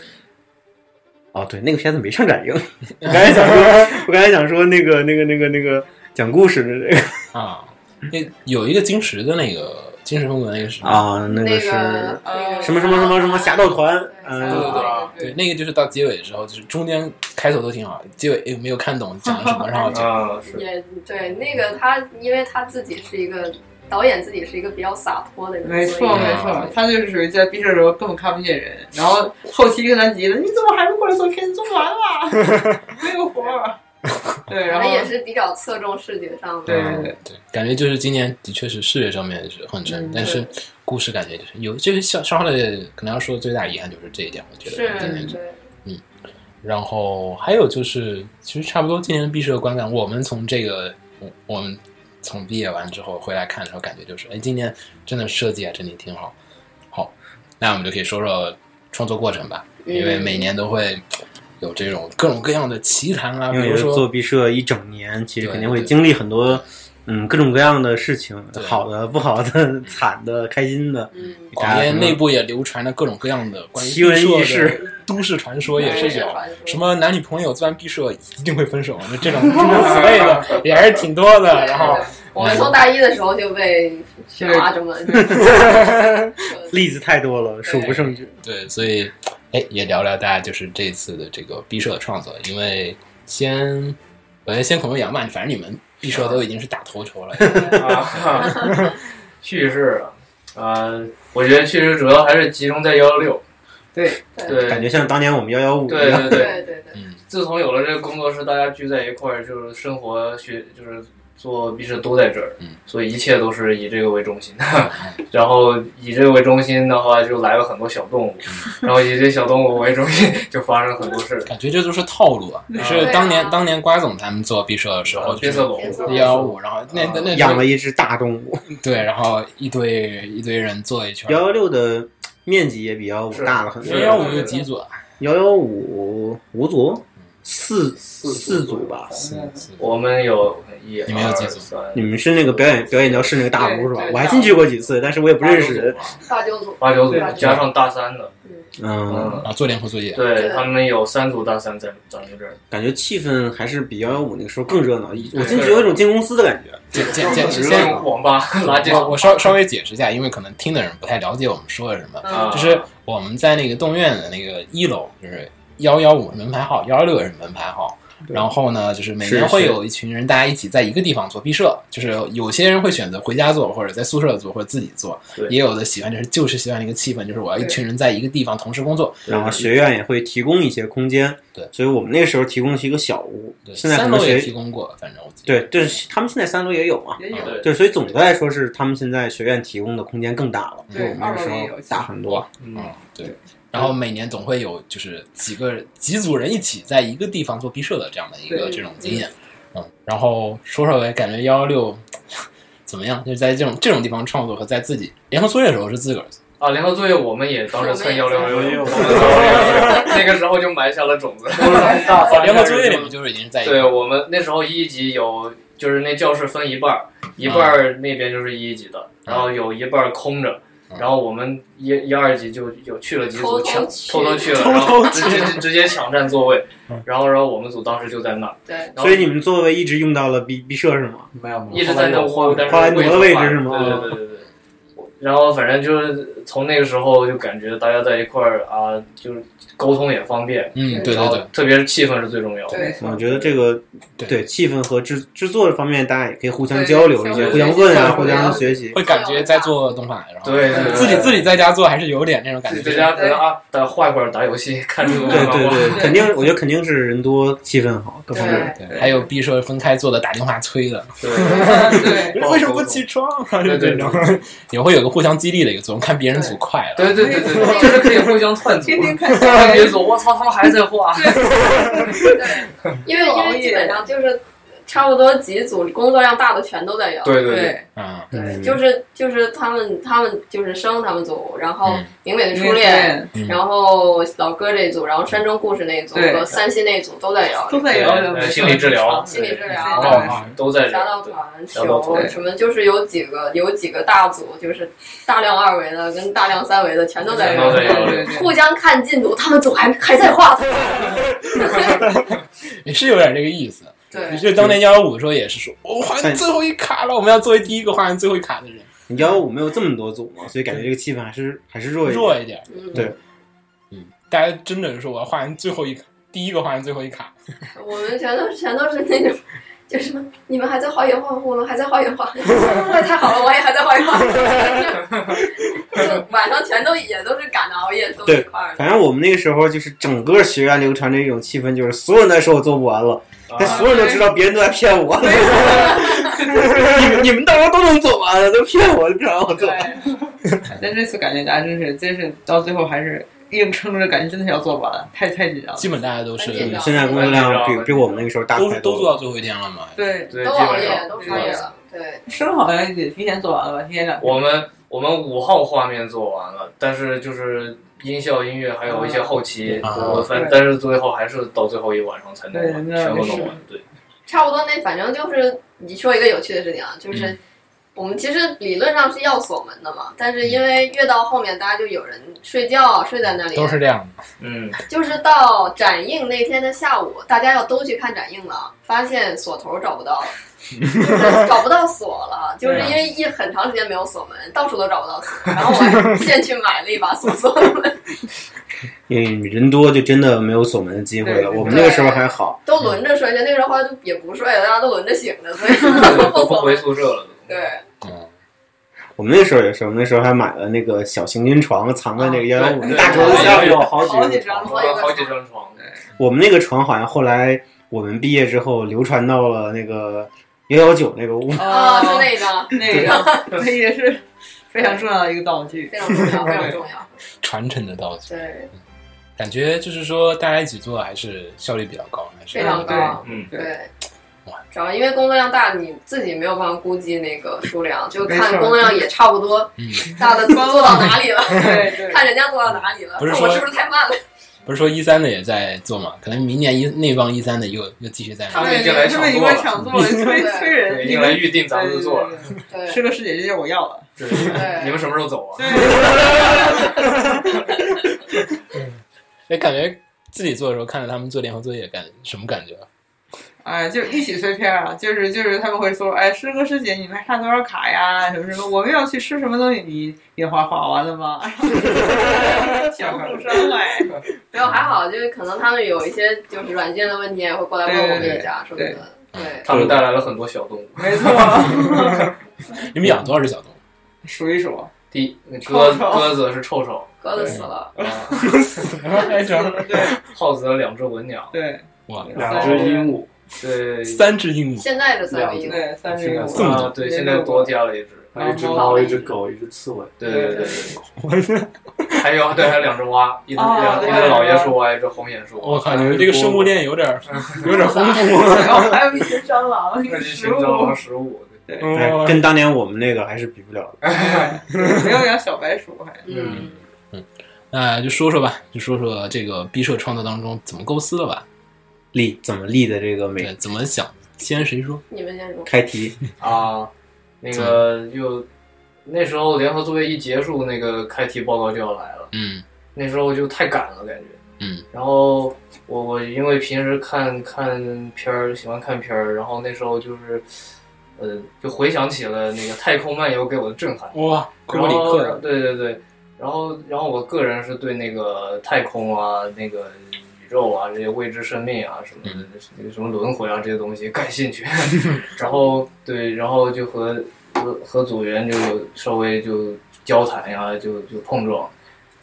哦，对，那个片子没上展映。我刚才想说，我刚才想说那个、那个、那个、那个讲故事的那啊，那有一个金石的那个金石风格那个是个啊，那那个是个呃什么什么什么什么侠盗团，对嗯侠啊盗团对，那个就是到结尾的时候，就是中间开头都挺好，结尾哎没有看懂讲了什么，然后就啊是，也对那个他，因为他自己是一个导演，自己是一个比较洒脱的人，没错所以啊没错，他就是属于在毕设的时候根本看不见人，然后后期跟他急了，你怎么还不过来做片子？做不完了，没有活儿。啊对，可然后能也是比较侧重视觉上的。对对对，嗯对，感觉就是今年的确是视觉上面是很深，嗯但是故事感觉就是有，就是像上海的可能要说最大遗憾就是这一点，我觉得今嗯是，年是。对，然后还有就是，其实差不多今年毕设的观感，我们从这个我我们从毕业完之后回来看的时候，感觉就是，哎，今年真的设计啊，真的挺好。好，那我们就可以说说创作过程吧，嗯因为每年都会有这种各种各样的奇谈啊，比因为如说做毕设一整年，其实对肯定会经历很多，嗯，各种各样的事情，对好的、不好的、 惨的、开心的，嗯，广电哦内部也流传着各种各样的关于奇闻毕异设的事都市传说也是有都市传，说什么男女朋友做完毕设一定会分手，就这种诸如此类的也还是挺多的。对然后对我们从大一的时候就被学渣这 么例子太多了，数不胜举。对，所以哎，也聊聊大家就是这次的这个毕设的创作，因为先我先先口头扬吧，反正你们毕设都已经是大头筹了，啊， 叙事啊，呃，我觉得叙事主要还是集中在幺六，对对，感觉像当年我们幺幺五一对样，对对，对对对，自从有了这个工作室，大家聚在一块儿，就是生活学，就是做毕设都在这儿，嗯所以一切都是以这个为中心。 然后以这个为中心的话，就来了很多小动物， 然后以这小动物为中心，就发生很多事儿。感觉这都是套路啊。嗯是当对年啊当年瓜总他们做毕设的时候，就变是呃色龙，变色龙幺五，然后那那那啊养了一只大动物。对，然后一堆一堆人坐一圈幺。幺六的面积也比幺五大了很多是，幺五有几组啊？幺幺五五组，四四组吧。嗯我们有一你们有几二组三你们是那个表演表演教室那个大屋是吧对？对我还进去过几次，但是我也不认识人。大九组 八九组对，加上大三的，嗯嗯，嗯，啊，做联合作业。对对他们有三组大三在咱们这儿，感觉气氛还是比幺幺五那个时候更热闹，一我对进去有一种进公司的感觉。简简 简直是先用网吧垃圾我场我稍稍微解释一下，因为可能听的人不太了解我们说的什么。嗯啊，就是我们在那个动物院的那个一楼，就是幺幺五门牌号，幺幺六也是门牌号。然后呢，就是每年是会是有一群人，大家一起在一个地方做毕设。就是有些人会选择回家做，或者在宿舍做，或者自己做对。也有的喜欢就是就是喜欢那个气氛，就是我要一群人在一个地方同时工作。然后学院也会提供一些空间，对所以我们那个时候提供的是一个小屋，对，现在可三能楼也学提供过，反正我记得对，对，他们现在三楼也有嘛，也有对对，所以总的来说是他们现在学院提供的空间更大了，比对我们那个时二楼也有候大很多。嗯嗯，对。然后每年总会有就是几个几组人一起在一个地方做毕设的这样的一个对这种经验，嗯。然后说说呗，感觉幺幺六怎么样？就是在这种这种地方创作和在自己联合作业的时候是自个儿啊，联合作业我们也当时蹭幺六我六们也六，有我们那个时候就埋下了种子。大啊做。联合作业里面就是已经是在一 对个我们那时候一级有，就是那教室分一半儿，一半儿那边就是一级的，然后有一半儿空着。嗯然后我们一一二级就有去了几偷组偷抢，去偷偷去了，嗯然后直接直接抢占座位，然后然后我们组当时就在那儿，对，然后所以你们座位一直用到了 B B 社是吗？没有没有，一直在那后晃，来但有是后来挪了位置是吗对对对对对。然后反正就是从那个时候就感觉大家在一块儿啊，就是沟通也方便，嗯，对然对后对，特别是气氛是最重要的。对，我觉得这个对气氛和制制作方面，大家也可以互相对交流一相些，互互相学习问啊，相互互相了学习。会感觉在做动画，然后对对对自己对自己在家做还是有点那种感自己觉，在家可能啊，打画一会儿打游戏，看书，对漫画对对，对肯定，我觉得肯定是人多，气氛好，各方面。对，还有毕设分开做的，打电话催的，对对，为什么不起床啊？就这种，也会有个互相激励的一个作用，看别人组快了。对对对对对，就是可以互相串组，天天看看下别来，组，我操，他们还在画，对，因为因熬夜为基本上就是差不多几组工作量大的全都在聊。对对对，对，嗯，对，嗯就是就是他们他们就是生他们组，然后嗯明美的初初恋，恋嗯然后老哥这一组，然后山中故事那一组对和三星那一组都在聊都在聊聊对心理治疗心理治哦疗。哦都在这侠儿盗对团、侠盗球团什么，就是有几个有几个大组，就是大量二维的跟大量三维的全都在全聊都，在聊对对互相看进度，他们组还还在画图。 也是有点这个意思。对你就当年幺幺五的时候也是说，我画完最后一卡了，我们要作为第一个画完最后一卡的人，你幺幺五没有这么多组嘛，所以感觉这个气氛还是还是弱一弱点。一点。嗯，对大家真的是说我要画完最后一卡，第一个画完最后一卡， 我们全都全都是那种，就是什么你们还在画原画，我们还在画原画，那太好了，我也还在画原画。 就晚上全都也都是赶着熬夜都一块儿的，反正我们那个时候就是整个学院流传着一种气氛，就是所有人都在说我做不完了，但啊所有人都知道别人都在骗我。 你们你们到时候都能做完了，都骗我，就不想让我做对哎完。，但这次感觉大家真是真是到最后还是硬撑着，感觉真的是要做完，太太紧张了。基本大家都是很紧张现在工作量比比我们那个时候大都太是都多做了。到最后一天了嘛。对，对，都基熬本夜上都熬夜了。对，生好像也提前做完了吧？提前两天。我们我们五号画面做完了，但是就是音效、音乐还有一些后期，啊我反但是最后还是到最后一晚上才弄完，对全部那弄是完，对。差不多那反正就是你说一个有趣的事情啊，嗯就是我们其实理论上是要锁门的嘛，但是因为越到后面大家就有人睡觉啊睡在那里，都是这样的，嗯，就是到展映那天的下午，大家要都去看展映了，发现锁头找不到了， 就是找不到锁了，就是因为一很长时间没有锁门，到处都找不到锁。然后我 还现去买了一把锁锁门，嗯，人多就真的没有锁门的机会了。对我们那个时候还好，都轮着睡，而且那个时候就也不睡了，大家都轮着醒着，所以都不不锁回门。宿舍了。对，嗯，我们那时候也是，我们那时候还买了那个小行军床，藏在那个幺幺五对大桌子对下面对对。有好好几几个张我有好几张床，我们那个床好像后来我们毕业之后流传到了那个幺幺九那个哦屋。啊，是那那张， 那个，那也是非常重要的一个道具。非常重要，非常重要。传承的道具，对，感觉就是说大家一起做还是效率比较高，还是非常高。嗯，对哇，主要因为工作量大，你自己没有办法估计那个数量，就没事看儿工作量也差不多嗯，大 的做到哪里了。对对，看人家做到哪里了，不是看说我是不是太慢了？不是说一三的也在做嘛？可能明年一那帮一三的又又继续在他那们已经对，来他抢们已经座来了，抢座了， 催催对，人，已经来预定咱们的座了。对对对师哥师姐这就是我要了。对，对你们什么时候走啊？对，哎，感觉自己做的时候看着他们做联合作业，感什么感觉？哎，就是一起碎片儿啊，就是就是他们会说，哎，师哥师姐，你们还看多少卡呀？什么什么，我们要去吃什么东西？你你画画完了吗？ 相互伤害，没有还好，就是可能他们有一些就是软件的问题，也会过来问我们一下什么的。对，他们带来了很多小动物。没错，你们养多少只小动物？数一数，第一，鸽臭手鸽子是臭手，鸽子死了，啊， 哎这样对耗子有两只文鸟，对哇，两只鹦鹉，对，三只鹦鹉，现在是三个一，对，三十现五在，这么啊多对，现在多加了一只，还有一只然后猫，一只狗，一只刺猬。对对对对，还有对，还有两只蛙，一只哦两一对只老鼹鼠蛙，一只红眼鼠蛙。我靠，你们这个生物链有点儿有点儿丰富。然后还有一群蟑螂， 那就食寻找物了，食物，哎嗯跟当年我们那个还是比不了的。没有养小白鼠还。 嗯，那哎就说说吧，就说说这个毕设创作当中怎么构思的吧？立怎么立的这个对，美怎么想？先谁说？你们先说。开题，啊，那个就那时候联合作业一结束，那个开题报告就要来了。嗯那时候就太赶了，感觉。嗯。然后我我因为平时看看片儿，喜欢看片儿，然后那时候就是，呃，就回想起了那个《太空漫游》给我的震撼。哇，库然布后里克，对对对，然后然后我个人是对那个太空啊、那个宇宙啊这些未知生命啊什么的、什么轮回啊这些东西感兴趣，然后对，然后就和和和组员就有稍微就交谈呀、就就碰撞，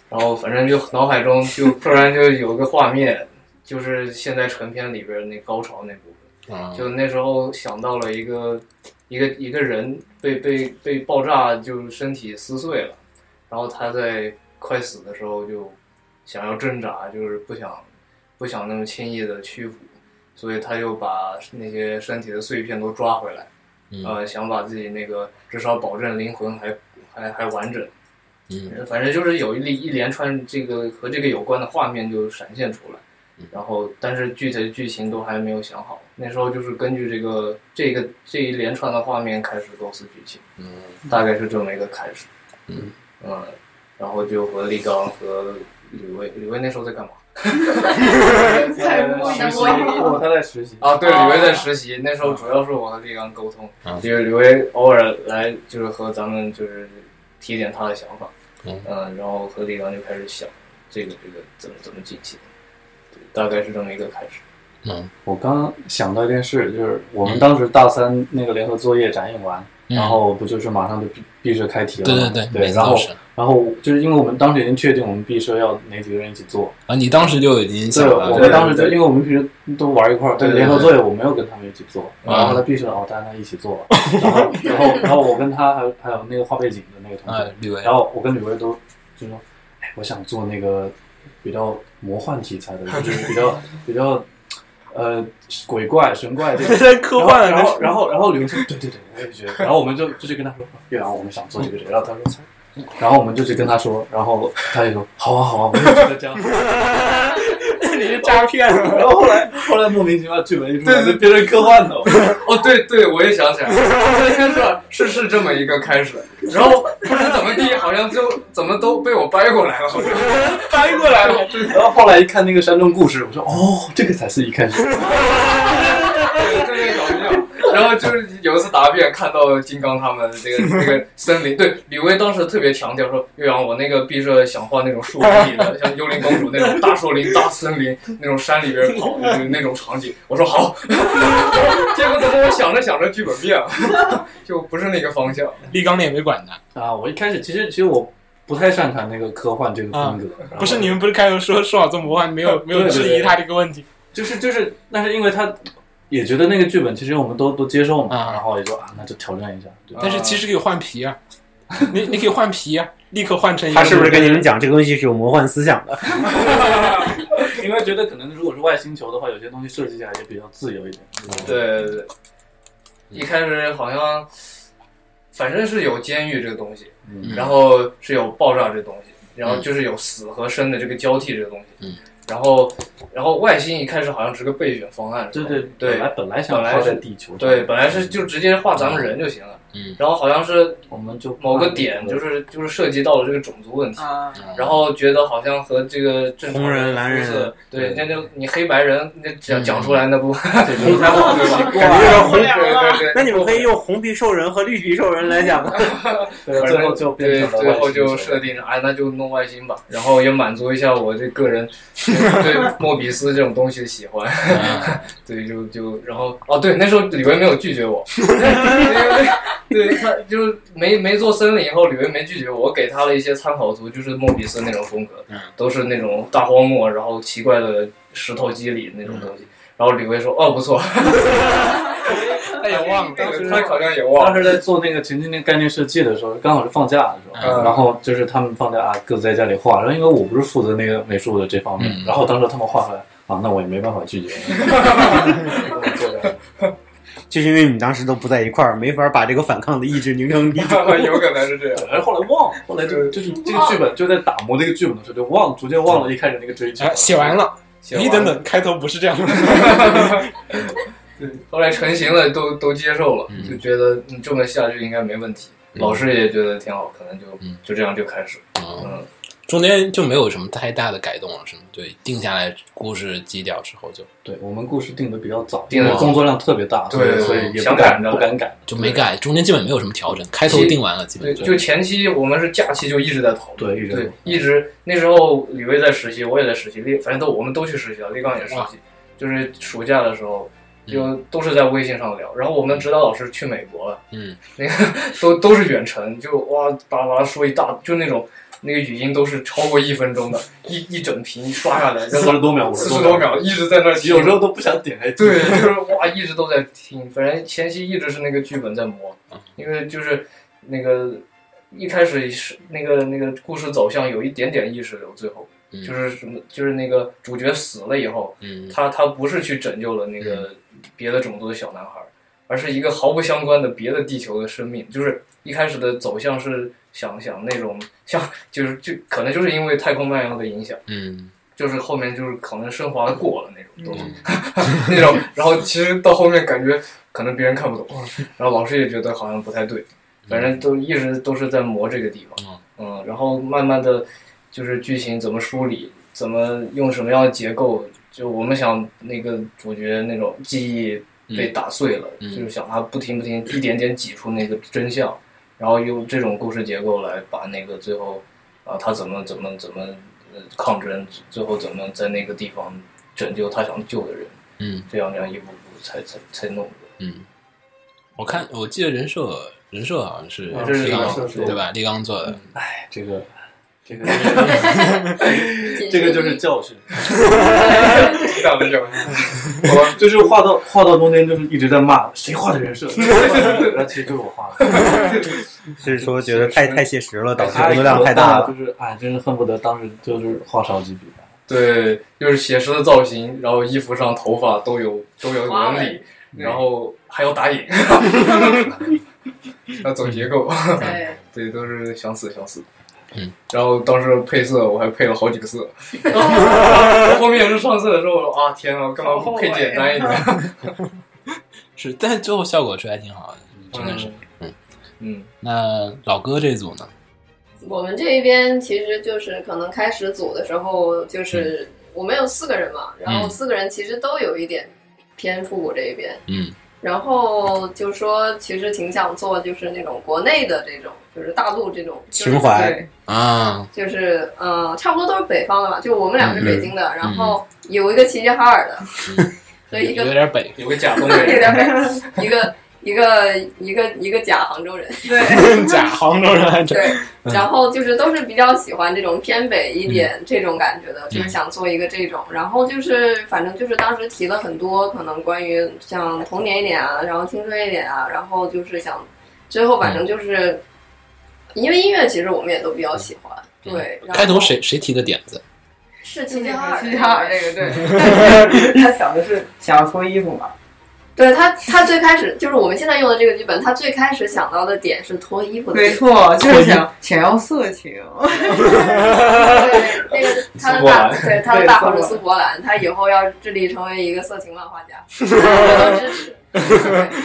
然后反正就脑海中就突然就有个画面，就是现在成片里边那高潮那部分。嗯，就那时候想到了一个一个一个人被被被爆炸，就身体撕碎了，然后他在快死的时候就想要挣扎，就是不想不想那么轻易的屈服，所以他就把那些身体的碎片都抓回来，嗯呃，想把自己那个至少保证灵魂还还还完整。嗯反正就是有一连一连串这个和这个有关的画面就闪现出来嗯，然后但是具体的剧情都还没有想好。那时候就是根据这个这个这一连串的画面开始构思剧情，嗯大概是这么一个开始。嗯嗯，然后就和立刚和李威，李威那时候在干嘛？在摸实鱼习 哦，他在实习。啊，对，啊哦李威在实习，那时候主要是我和立刚沟通嗯，因为李威偶尔来就是和咱们就是提点他的想法，嗯然后和立刚就开始想这个这个怎么怎么进行，对大概是这么一个开始。我刚想到一件事，就是我们当时大三那个联合作业展映完，嗯然后不就是马上就毕毕设开题了对嘛？对对，对每次然都后是。然后就是因为我们当时已经确定我们毕设要哪几个人一起做，啊，你当时就已经对，想了我嗯对们当时就因为我们平时都玩一块儿，对对联合作业我没有跟他们一起做，嗯然后他必须哦，大家一起做 了，然后然后然后我跟他还有还有那个画背景的那个同 哎啊学，，李维然，后我跟吕薇都就说，哎，我想做那个比较魔幻题 材的，就是比较比较呃鬼怪神怪 这种。在科然后，然后，然后，然后刘说：“对对对，我也觉得。”然后我们就就去跟他说：“岳阳，我们想做这个这个。”然后他说操：“然后我们就去跟他说，然后他就说：‘好啊，好啊，我也觉得这样。’你是诈骗，然后后来，后来莫名其妙剧本一出来，就变成科幻的。 哦，对对，我也想起来了，应该是是是这么一个开始，然后不知怎么地，好像就怎么都被我掰过来了，好像翻过来了。然后后来一看那个山中故事，我说：‘哦，这个才是一开始。’对对对，搞笑。然后就是有一次答辩，看到金刚他们这个那个森林，对李威当时特别强调说，岳阳，我那个毕设想画那种树林里的，像幽灵公主那种大树林、大森林那种山里边跑那种那种场景。我说好， 结果怎么我想着想着剧本变了， 就不是那个方向。立刚那也没管他。啊，我一开始其实其实我不太擅长那个科幻这个风格，啊然后不是你们不是开头说说好做魔幻，没有没有对对质疑对他这个问题。就是就是，那是因为他也觉得那个剧本其实我们都都接受嘛，啊然后也就啊，那就挑战一下。对但是其实可以换皮啊，你你可以换皮啊，立刻换成一个他是不是跟你们讲这个东西是有魔幻思想的？因为觉得可能如果是外星球的话，有些东西设计起来也比较自由一点。嗯对对对，一开始好像反正是有监狱这个东西，嗯然后是有爆炸这个东西，然后就是有死和生的这个交替这个东西，嗯然后然后外星一开始好像是个备选方案，对是吧对对本来本来想本来靠是在地球上，对，本来是就直接画咱们人就行了，嗯，然后好像是我们就某个点就是就是涉及到了这个种族问题，啊，然后觉得好像和这个正常红人人蓝人肤色对，那就你黑白人那讲讲出来那不对不 太好对吧？感觉啊有点不红。了了。对对，那你们可以用红皮兽人和绿皮兽人来讲吧。对，最后就变对，成了最外后星就人设定了，哎，那就弄外星吧，然后也满足一下我这个人对莫比斯这种东西的喜欢，嗯对，就就然后哦，对，那时候李维没有拒绝 我，因为对他就是没没做森林以后，李维没拒绝我，我给他了一些参考图，就是莫比斯那种风格嗯，都是那种大荒漠，然后奇怪的石头肌理那种东嗯西。然后李维说：“哦，不错，他也忘了，对时他好像也我忘 当了。时在做那个情境那概念设计的时候，刚好是放假的时候，嗯然后就是他们放假啊，各自在家里画，然后因为我不是负责那个美术的这方面，嗯然后当时他们画出来啊，那我也没办法拒绝。 就是因为你当时都不在一块儿，没法把这个反抗的意志凝成你。有可能是这样。” 然后后来忘，了，后来就就是这个剧本就在打磨这个剧本的时候就忘，逐渐忘了一开始那个追剧哎，。写完了，写完你等等，开头不是这样的，后来成型了，都都接受了，嗯就觉得嗯这么下去应该没问题。嗯老师也觉得挺好，可能就嗯就这样就开始。嗯嗯，中间就没有什么太大的改动了，是吗？对，定下来故事基调之后就对我们故事定的比较早，定因得为早工作量特别大，所以对所以也想不赶敢着不敢改。就没改，中间基本没有什么调整，开头定完了，基对，本就前期我们是假期就一直在讨论，对，一对直，一直那时候李威在实习，我也在实习，立反正都我们都去实习了，立刚也实习，就是暑假的时候。就都是在微信上聊，然后我们指导老师去美国了，嗯，那个都都是远程，就哇巴拉巴拉说一大，就那种那个语音都是超过一分钟的，一一整屏刷下来，四十多秒，五四十十多，秒一直在那儿听，有时候都不想点开。对， 就是哇，一直都在听，反正前期一直是那个剧本在磨，因为就是那个一开始是那个那个故事走向有一点点意识流，最后嗯就是什么，就是那个主角死了以后，嗯他他不是去拯救了那个别的种族的小男孩，而是一个毫不相关的别的地球的生命，就是一开始的走向是想想那种像就是就可能就是因为太空漫游的影响。嗯就是后面就是可能升华的过了那种东西，嗯 那种，然后其实到后面感觉可能别人看不懂，然后老师也觉得好像不太对，反正都一直都是在磨这个地方，嗯，然后慢慢的就是剧情怎么梳理，怎么用什么样的结构，就我们想那个主角那种记忆被打碎了，嗯就是想他不停不停一点点挤出那个真相，然后用这种故事结构来把那个最后啊他怎么怎么怎么呃抗争，最后怎么在那个地方拯救他想救的人。嗯这样这样一步步才才才弄的。嗯，我看我记得人设人设好像是啊这是立人刚设是对吧？立刚做的，哎，这个这 个谨这个慎就是教训。最大的教训。我就是画到画到中间，就是一直在骂谁画的人设， 然后其实就是我画的，所以说觉得太太写实了，导致工作流量太大了。就是哎，真是恨不得当时就是画少几笔。对，就是写实的造型，然后衣服上、头发都有都有花纹理纹，嗯然后还要打影，要走结构，对，对，都是想死想死。嗯，然后当时配色我还配了好几个色，然后后面是上色的时候我说啊天啊，干嘛不配简单一点？是，但是最后效果出来挺好的，真的是。嗯嗯那老哥这组呢？我们这边其实就是可能开始组的时候，就是我们有四个人嘛，然后四个人其实都有一点偏复古这一边，嗯然后就说其实挺想做就是那种国内的这种，就是大陆这种就是情怀对啊，就是呃，差不多都是北方的嘛，就我们俩是北京的，然嗯后有一个齐齐哈尔的， 所以一有个有点北，有个假东北有人，点北，一个一个一个一个假杭州人，哎 假杭州人来着。对， 然后就是都是比较喜欢这种偏北嗯一点、这种感觉的，就是想做一个这种。然后就是反正就是当时提了很多可能关于像童年一点啊，然后青春一点啊，然后就是想最后嗯反正就是、因为音乐其实我们也都比较喜欢，嗯对。然后开头谁谁提的点子？是齐齐齐齐哈哈尔，尔这个对，他想的是想要脱衣服嘛，对他，他最开始就是我们现在用的这个剧本，他最开始想到的点是脱衣服的没点，错，就是想想要色情，对，那个他的大，对他的大号是对苏伯兰，他以后要致力成为一个色情漫画家，我都支持。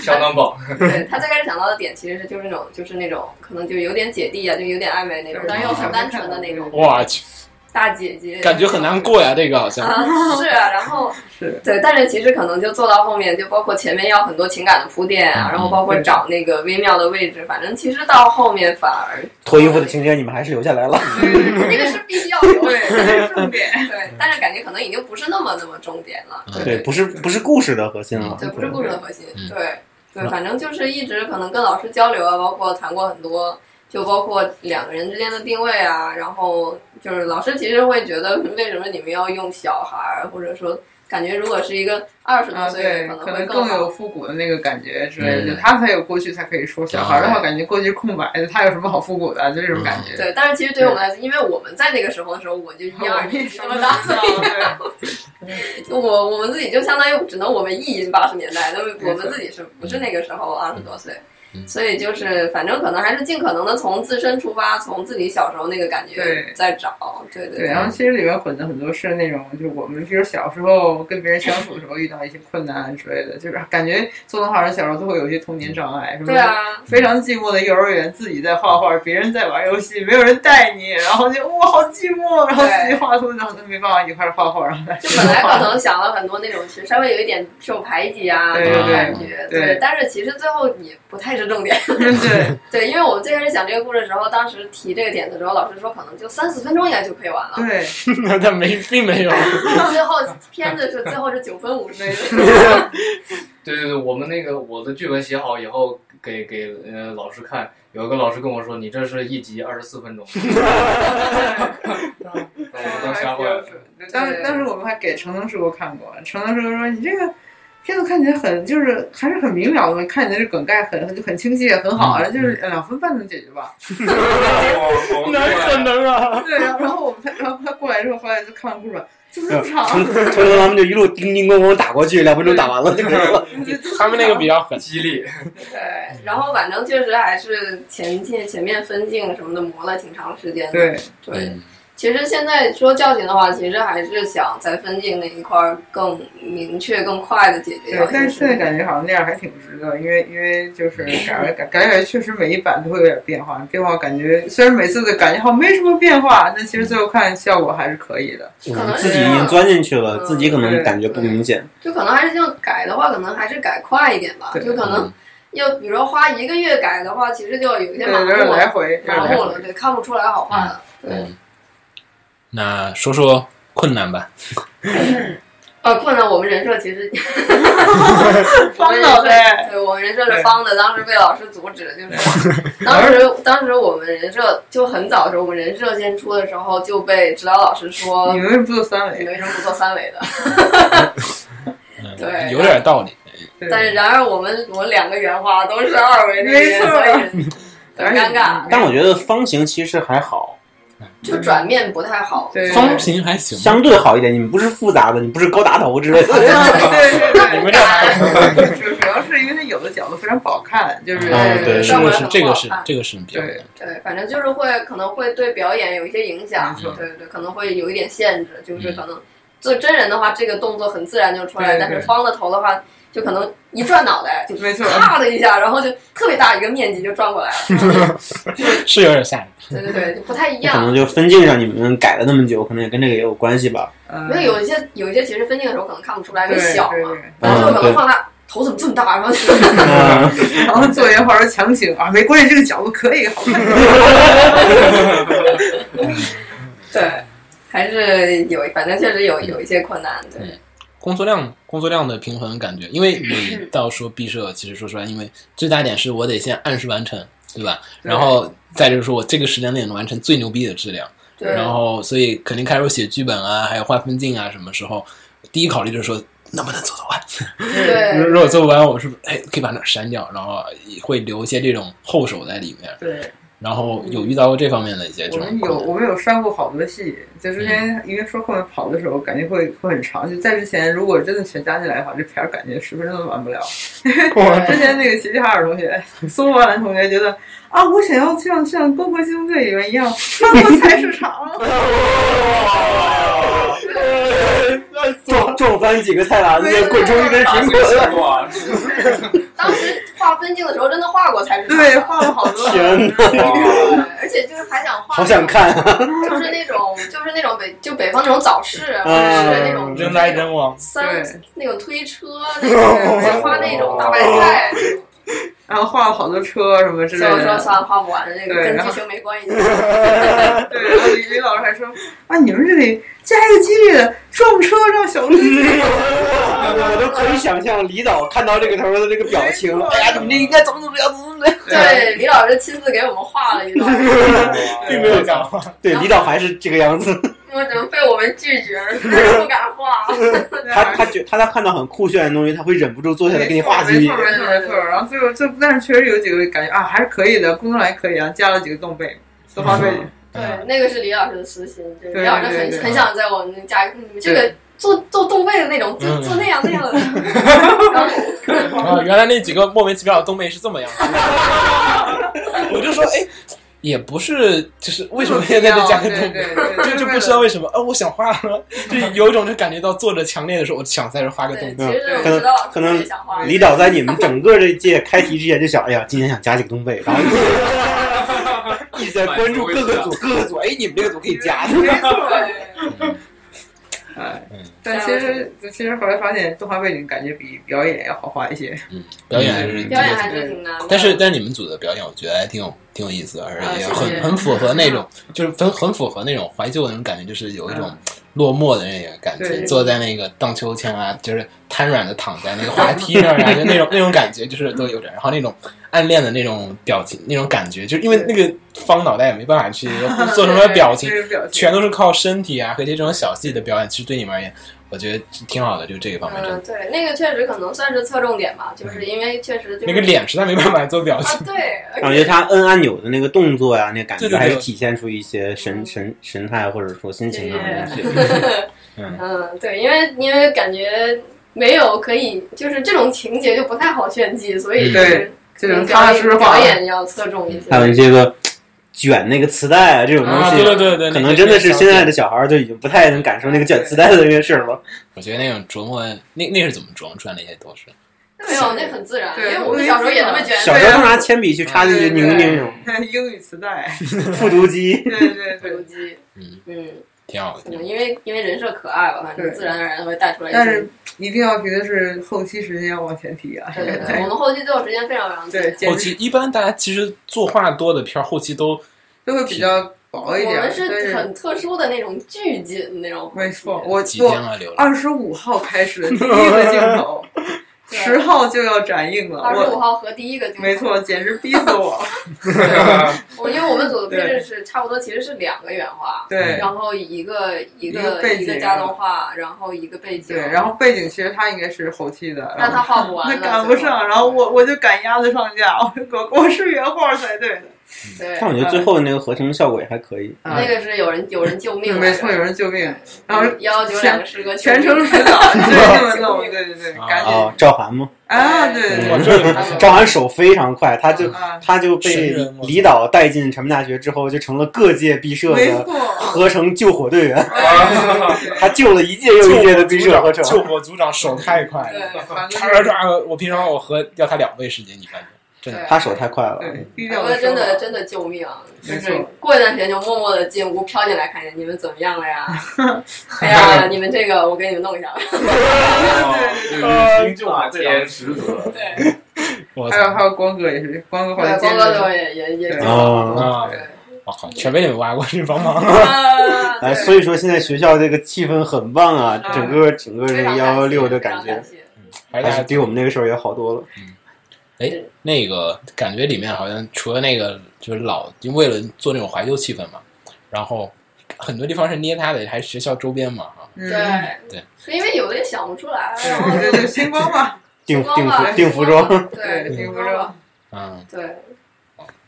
相当棒。对他最开始想到的点其实是就是那种就是那种可能就有点姐弟啊，就有点暧昧那种，但是又很单纯的那种我去，大姐姐，感觉很难过呀，这个好 像。啊，是啊，然后是对，但是其实可能就做到后面，就包括前面要很多情感的铺垫啊，然后包括找那个微妙的位置，反正其实到后面反而脱衣服的情节你们还是留下来了。那个是必须要留的，对，重点。 对，但是感觉可能已经不是那么那么重点了，对，不是不是故事的核心啊了。啊对，不是故事的核心，嗯对对，嗯反正就是一直可能跟老师交流啊，包括谈过很多，就包括两个人之间的定位啊，然后就是老师其实会觉得嗯为什么你们要用小孩儿，或者说感觉如果是一个二十多啊，岁的对人，，可会能更更好有复古的那个感觉之类的，嗯就他才有过去才可以说。小孩儿的话，感觉过去是空白的，他有什么好复古的？就这种感觉。对，但是其实对于我们来说，因为我们在那个时候的时候，我就一 我二年级那么大，所以大，我我们自己就相当于只能我们意淫八十年代，那么没错我们自己是不是那个时候二十多岁嗯？所以就是，反正可能还是尽可能的从自身出发，从自己小时候那个感觉对在找，对对对，然后其实里面混的很多是那种，就是我们比如小时候跟别人相处的时候遇到一些困难啊之类的，就是感觉做动画人小时候都会有一些童年障碍，什么对啊，非常寂寞的幼儿园，自己在画画，别人在玩游戏，没有人带你，然后就哇好寂寞，然后自己画图，然后都没办法一块儿画画，然后再就本来可能想了很多那种，其实稍微有一点受排挤啊对那种对感觉，对对，但是其实最后也不太是重点。对对，因为我们最开始讲这个故事的时候，当时提这个点子的时候，老师说可能就三四分钟应该就可以完 了。对，那他没并没有，最后片子是最后是九分五十，对对对，我们那个我的剧本写好以后，给给呃老师看，有一个老师跟我说，你这是一集二十四分钟， 把我当瞎话了。 当时当时我们还给程程师傅看过，程程师傅说你这个片子看起来很就是还是很明了的，看你的这梗概很很很清晰，很好，然后就是两分半能解决 吧。能啊？对，然后然后我们他然后他过来之后，后来就看完故事了，就这么长从，从头他们就一路叮叮咣咣打过去，两分钟打完 了就可以了。他们那个比较狠， 激励，对，然后反正确实还是前前前面分镜什么的磨了挺长时间的。对对，其实现在说较劲的话，其实还是想在分镜那一块儿更明确、更快的解决对掉一些事情。，但是现在感觉好像那样还挺值得，因为因为就是感觉感感觉确实每一版都会有点变化，变化感觉虽然每次的感觉好像没什么变化，但其实最后看效果还是可以的。我们自己已经钻进去了，嗯自己可能感觉不明显。就可能还是要改的话，可能还是改快一点吧。对就可能要比如说花一个月改的话，其实就有一些对，麻有木点来了，回，有点麻来木回了，。对，看不出来好坏了。对，嗯，那说说困难吧。呃，困难我们人设其实方脑袋。对我们人设是方的，当时被老师阻止，就是 当时当时我们人设就很早的时候，我们人设先出的时候就被指导老师说你为什么不做三你维？为什么不做三维的？嗯对有点道理。对但是然而我们我们两个原画都是二维的没人，错所 以很尴尬，但我觉得方形其实还好，就转面不太好。对方形还行吧，相对好一点。你们不是复杂的，你不是高达头之类的。对对对，你们这主主要是因为它有的角度非常不好看，就是嗯，对，效这果个也是很这不个好是看这个是比较对 对，反正就是会可能会对表演有一些影响没错，嗯对对，可能会有一点限制，就是可能做真人的话，这个动作很自然就出来，对但是对方的头的话，就可能一转脑袋就没错，啪的一下，然后就特别大一个面积就转过来了，是有点吓人。对对 对，就不太一 可能样。就分镜上你们改了那么久，可能也跟这个也有关 系吧。 嗯，因为有一些有一些其实分镜的时候可能看不出来，因对为小啊对嘛，对然后就嗯可对能放大，头怎么这么大？然后就嗯，对，然后做一会儿强行啊，没关系，这个角度可以好看。对，还是有，反正确实有有一些困难，对。工作量工作量的平衡感觉，因为你到说毕设，其实说实话，因为最大点是我得先按时完成，对吧？对然后再就是说我这个时间内能完成最牛逼的质量，对然后所以肯定开始我写剧本啊，还有画分镜啊，什么时候第一考虑就是说能不能做得完。对如果做不完，我们是不是哎可以把哪儿删掉，然后会留一些这种后手在里面。对，然后有遇到过这方面的一些这我种们困有难我们有删过好多戏，就嗯之前因为说后面跑的时候，感觉会会很长。就在之前，如果真的全加进来的话，这片儿感觉十分钟都完 不了。之前那个齐齐哈尔同学、苏博兰同学觉得啊，我想要像像《功夫机动队》里面一样翻过菜市场，么做。撞撞翻几个菜篮子，滚出一根打裙碎滚。西瓜，当时画分镜的时候，真的画过才 是对，画了好多。天哪，对而且就是还想画，好想，看啊！就是那种就是那种北就北方那种早市，啊或者是那嗯，种人来人 往，三对那种推车，那种想画那种大白菜，然后画了好多车什么之类所以我说的。算了，画不完，这个对跟然剧后情没关系。对，然后李李老师还说啊，你们这里加一个激烈的撞车让小丽。我都可以想象李导看到这个头的这个表情。哎呀，你们这应该怎么怎么样，怎么怎么样？对，李老师亲自给我们画了一道，并没有讲话。对，李导还是这个样子。我怎么被我们拒绝，不敢画。他他觉他他看到很酷炫的东西，他会忍不住坐下来给你画几没笔错。没错没错。然后最后就，但是确实有几个感觉啊，还是可以的，工作量也可以啊，加了几个动背，东方嗯背景。对，那个是李老师的私心，就是对李老师对很对很想在我们家，你们这个做做动位的那种，做嗯做那样那样的， 啊，原来那几个莫名其妙的东妹是这 么样的。我就说，哎，也不是，就是为什么现在在加个 对东对 对，就就不知道为什么，啊，我想画了， 就有一种就感觉到作者强烈的说，我想在这画个对，嗯东。其实我可能知道可能自己想画，李导在你们整个这届开题之前就想，哎呀，今天想加几个东北， 然后一直在关注各个组，各个组，哎，你们这个组可以加。 没错。 对，哎，但其实其实后来发现动画背景感觉比表演要好画一些。嗯，表演还是嗯表演还是挺难的。但是但是你们组的表演，我觉得还挺有挺有意思的，而啊且也谢谢很很符 合那种，就是很很符合那种怀旧的那种感觉，就是有一种落寞的那个感觉，嗯对坐在那个荡秋千啊，就是瘫软的躺在那 个滑梯上啊，就那种那种感觉，就是都有点。然后那种暗恋的那种表情，那种感觉，就是因为那个方脑袋也没办法 去做什么表情，对？表情全都是靠身体啊和这种小戏的表演。其实对你们而言，我觉得挺好的，就这个方面真的。嗯，对，那个确实可能算是侧重点吧，就是因为确实就是那个脸实在没办法做表啊情，，对，而感觉他摁按钮的那个动作呀，那感对觉对对还是体现出一些神神神态或者说心情上的东西。嗯嗯，对，因为因为感觉没有可以，就是这种情节就不太好炫技，所嗯以就是这种表踏踏演实实画表。演要侧重一些还。有这个呃卷那个磁带啊这种嗯东啊，西，对对对对，可那能个真的是小现点在的小孩儿就已经不太能感受那个卷磁带的这个事儿了。我觉得那种琢磨，那那是怎么琢磨出来那些都是，没有，那很自然，因对为我们小时候也那么卷。小时候都拿铅笔去擦这些对拧对拧什么英语磁带，复读机。对对对。手机，嗯嗯，挺好的。可能因为因为人设可爱吧，反正对自然而然会带出来一些。但是一定要觉得是后期时间要往前提啊，对对对，我们后期做时间非常非常紧 对，后简直期一般大家其实作画多的片儿，后期都都会比较薄一我点。们但是是很特殊的那种巨紧那种。没错，我几天我啊流了。二十五号开始的第一个镜 头，对十号就要展映了，二十五我号和第一个镜头，没错，简直逼死 我。我因为我们组的配置是差不多，其实是两个原画，对然后一个一一个个背景啊个加动画，然后一个背景，对，然后背景其实他应该是后期的，但他画不完他了，赶不最后上，然后我我就赶鸭子上架，我我我是原画才对的。对嗯但我觉得最后那个合成效果也还可以。嗯啊那个是有人有人救命嗯来着，没错，有人救命，然后幺幺九两个师哥全程指 导，对对对对对对，赶紧哦，赵涵吗？嗯啊，对对我对， 这赵涵手非常快，他嗯就啊，他就神被人嘛李导带进传媒大学之后，就成了各界毕设没的 错，合成救火队员。对他救了一届又一届的毕设合成。救火组长手太快了，对，反正唰唰唰，我平常我和要他两倍时间，你看真的。对他手太快了，嗯对，低我调觉得真的的真的救命！啊就没是错过一段时间就默默的进屋飘进来，看见你们怎么样 了呀？哎呀，你们这个我给你们弄一下。哦对，已经就把这两个十足了。对，我还有操还有光哥也是，光哥后来对，接光哥着哥也也也对救了。啊。啊！对我靠，全被你们挖过去帮 忙。 啊哎，对所以说现在学校这个气氛很棒啊，啊整个整个这嗯非个常幺感幺谢六的非感常觉感，谢还还是是大比家我们那个时候也好多了。那个感觉里面好像除了那个就是老，就为了做那种怀旧气氛嘛，然后很多地方是捏他的，还是学校周边嘛啊哈。嗯对对，是因为有的也想不出来，然后对对对，星光嘛， 定光啊定吧服定服装，，对，对定定服服装装，嗯，对。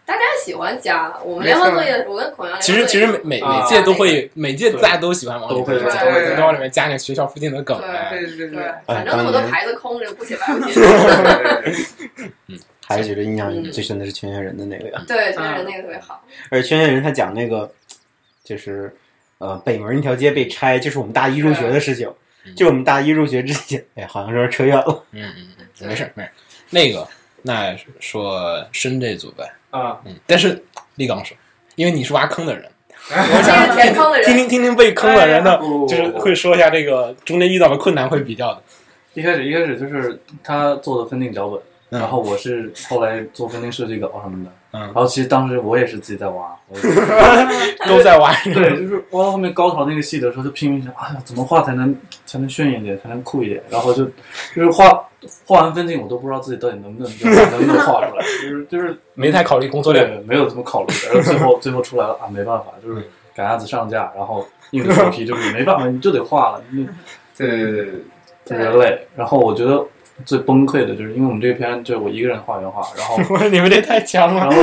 大家喜欢加，我们没联错合作业，我跟孔阳其实其实每每啊每届都会，每届大家都喜欢往里对面加，对对都往里面加点学校附近的梗啊对来。对对对对，，反正那么当多年牌子空着，不写白不写。还是觉得印象嗯最深的是全员人的那个呀。对，确实那个特别好。而全员人他讲那个，就是呃北门那条街被拆，就是我们大一入学的事情。嗯就我们大一入学之前，哎，好像有点扯远了。嗯嗯，嗯，没事儿没事儿。那个，那说深这组呗，啊，嗯，但是立刚说，因为你是挖坑的人，我是填坑的听听人，听听被坑的人的，不就是会说一下这个中间遇到的困难会比较的。一开始一开始就是他做的分定脚本，嗯然后我是后来做分定设计稿什么的，嗯然后其实当时我也是自己 在挖，我都在玩。对，就是挖到后面高潮那个戏的时候，就拼命想，哎呀，怎么画才能才能炫一点，才能酷一点，然后就就是画画完分镜，我都不知道自己到底能不能能不能画出来，就是就是没太考虑工作量。对没有怎么考虑的，然后最后最后出来了啊，没办法，就是赶鸭子上架，然后硬着头皮就是没办法，你就得画了，你 对对对对，特别累。然后我觉得最崩溃的就是，因为我们这篇就我一个人画原画，然后我 说你们这太强 了，然后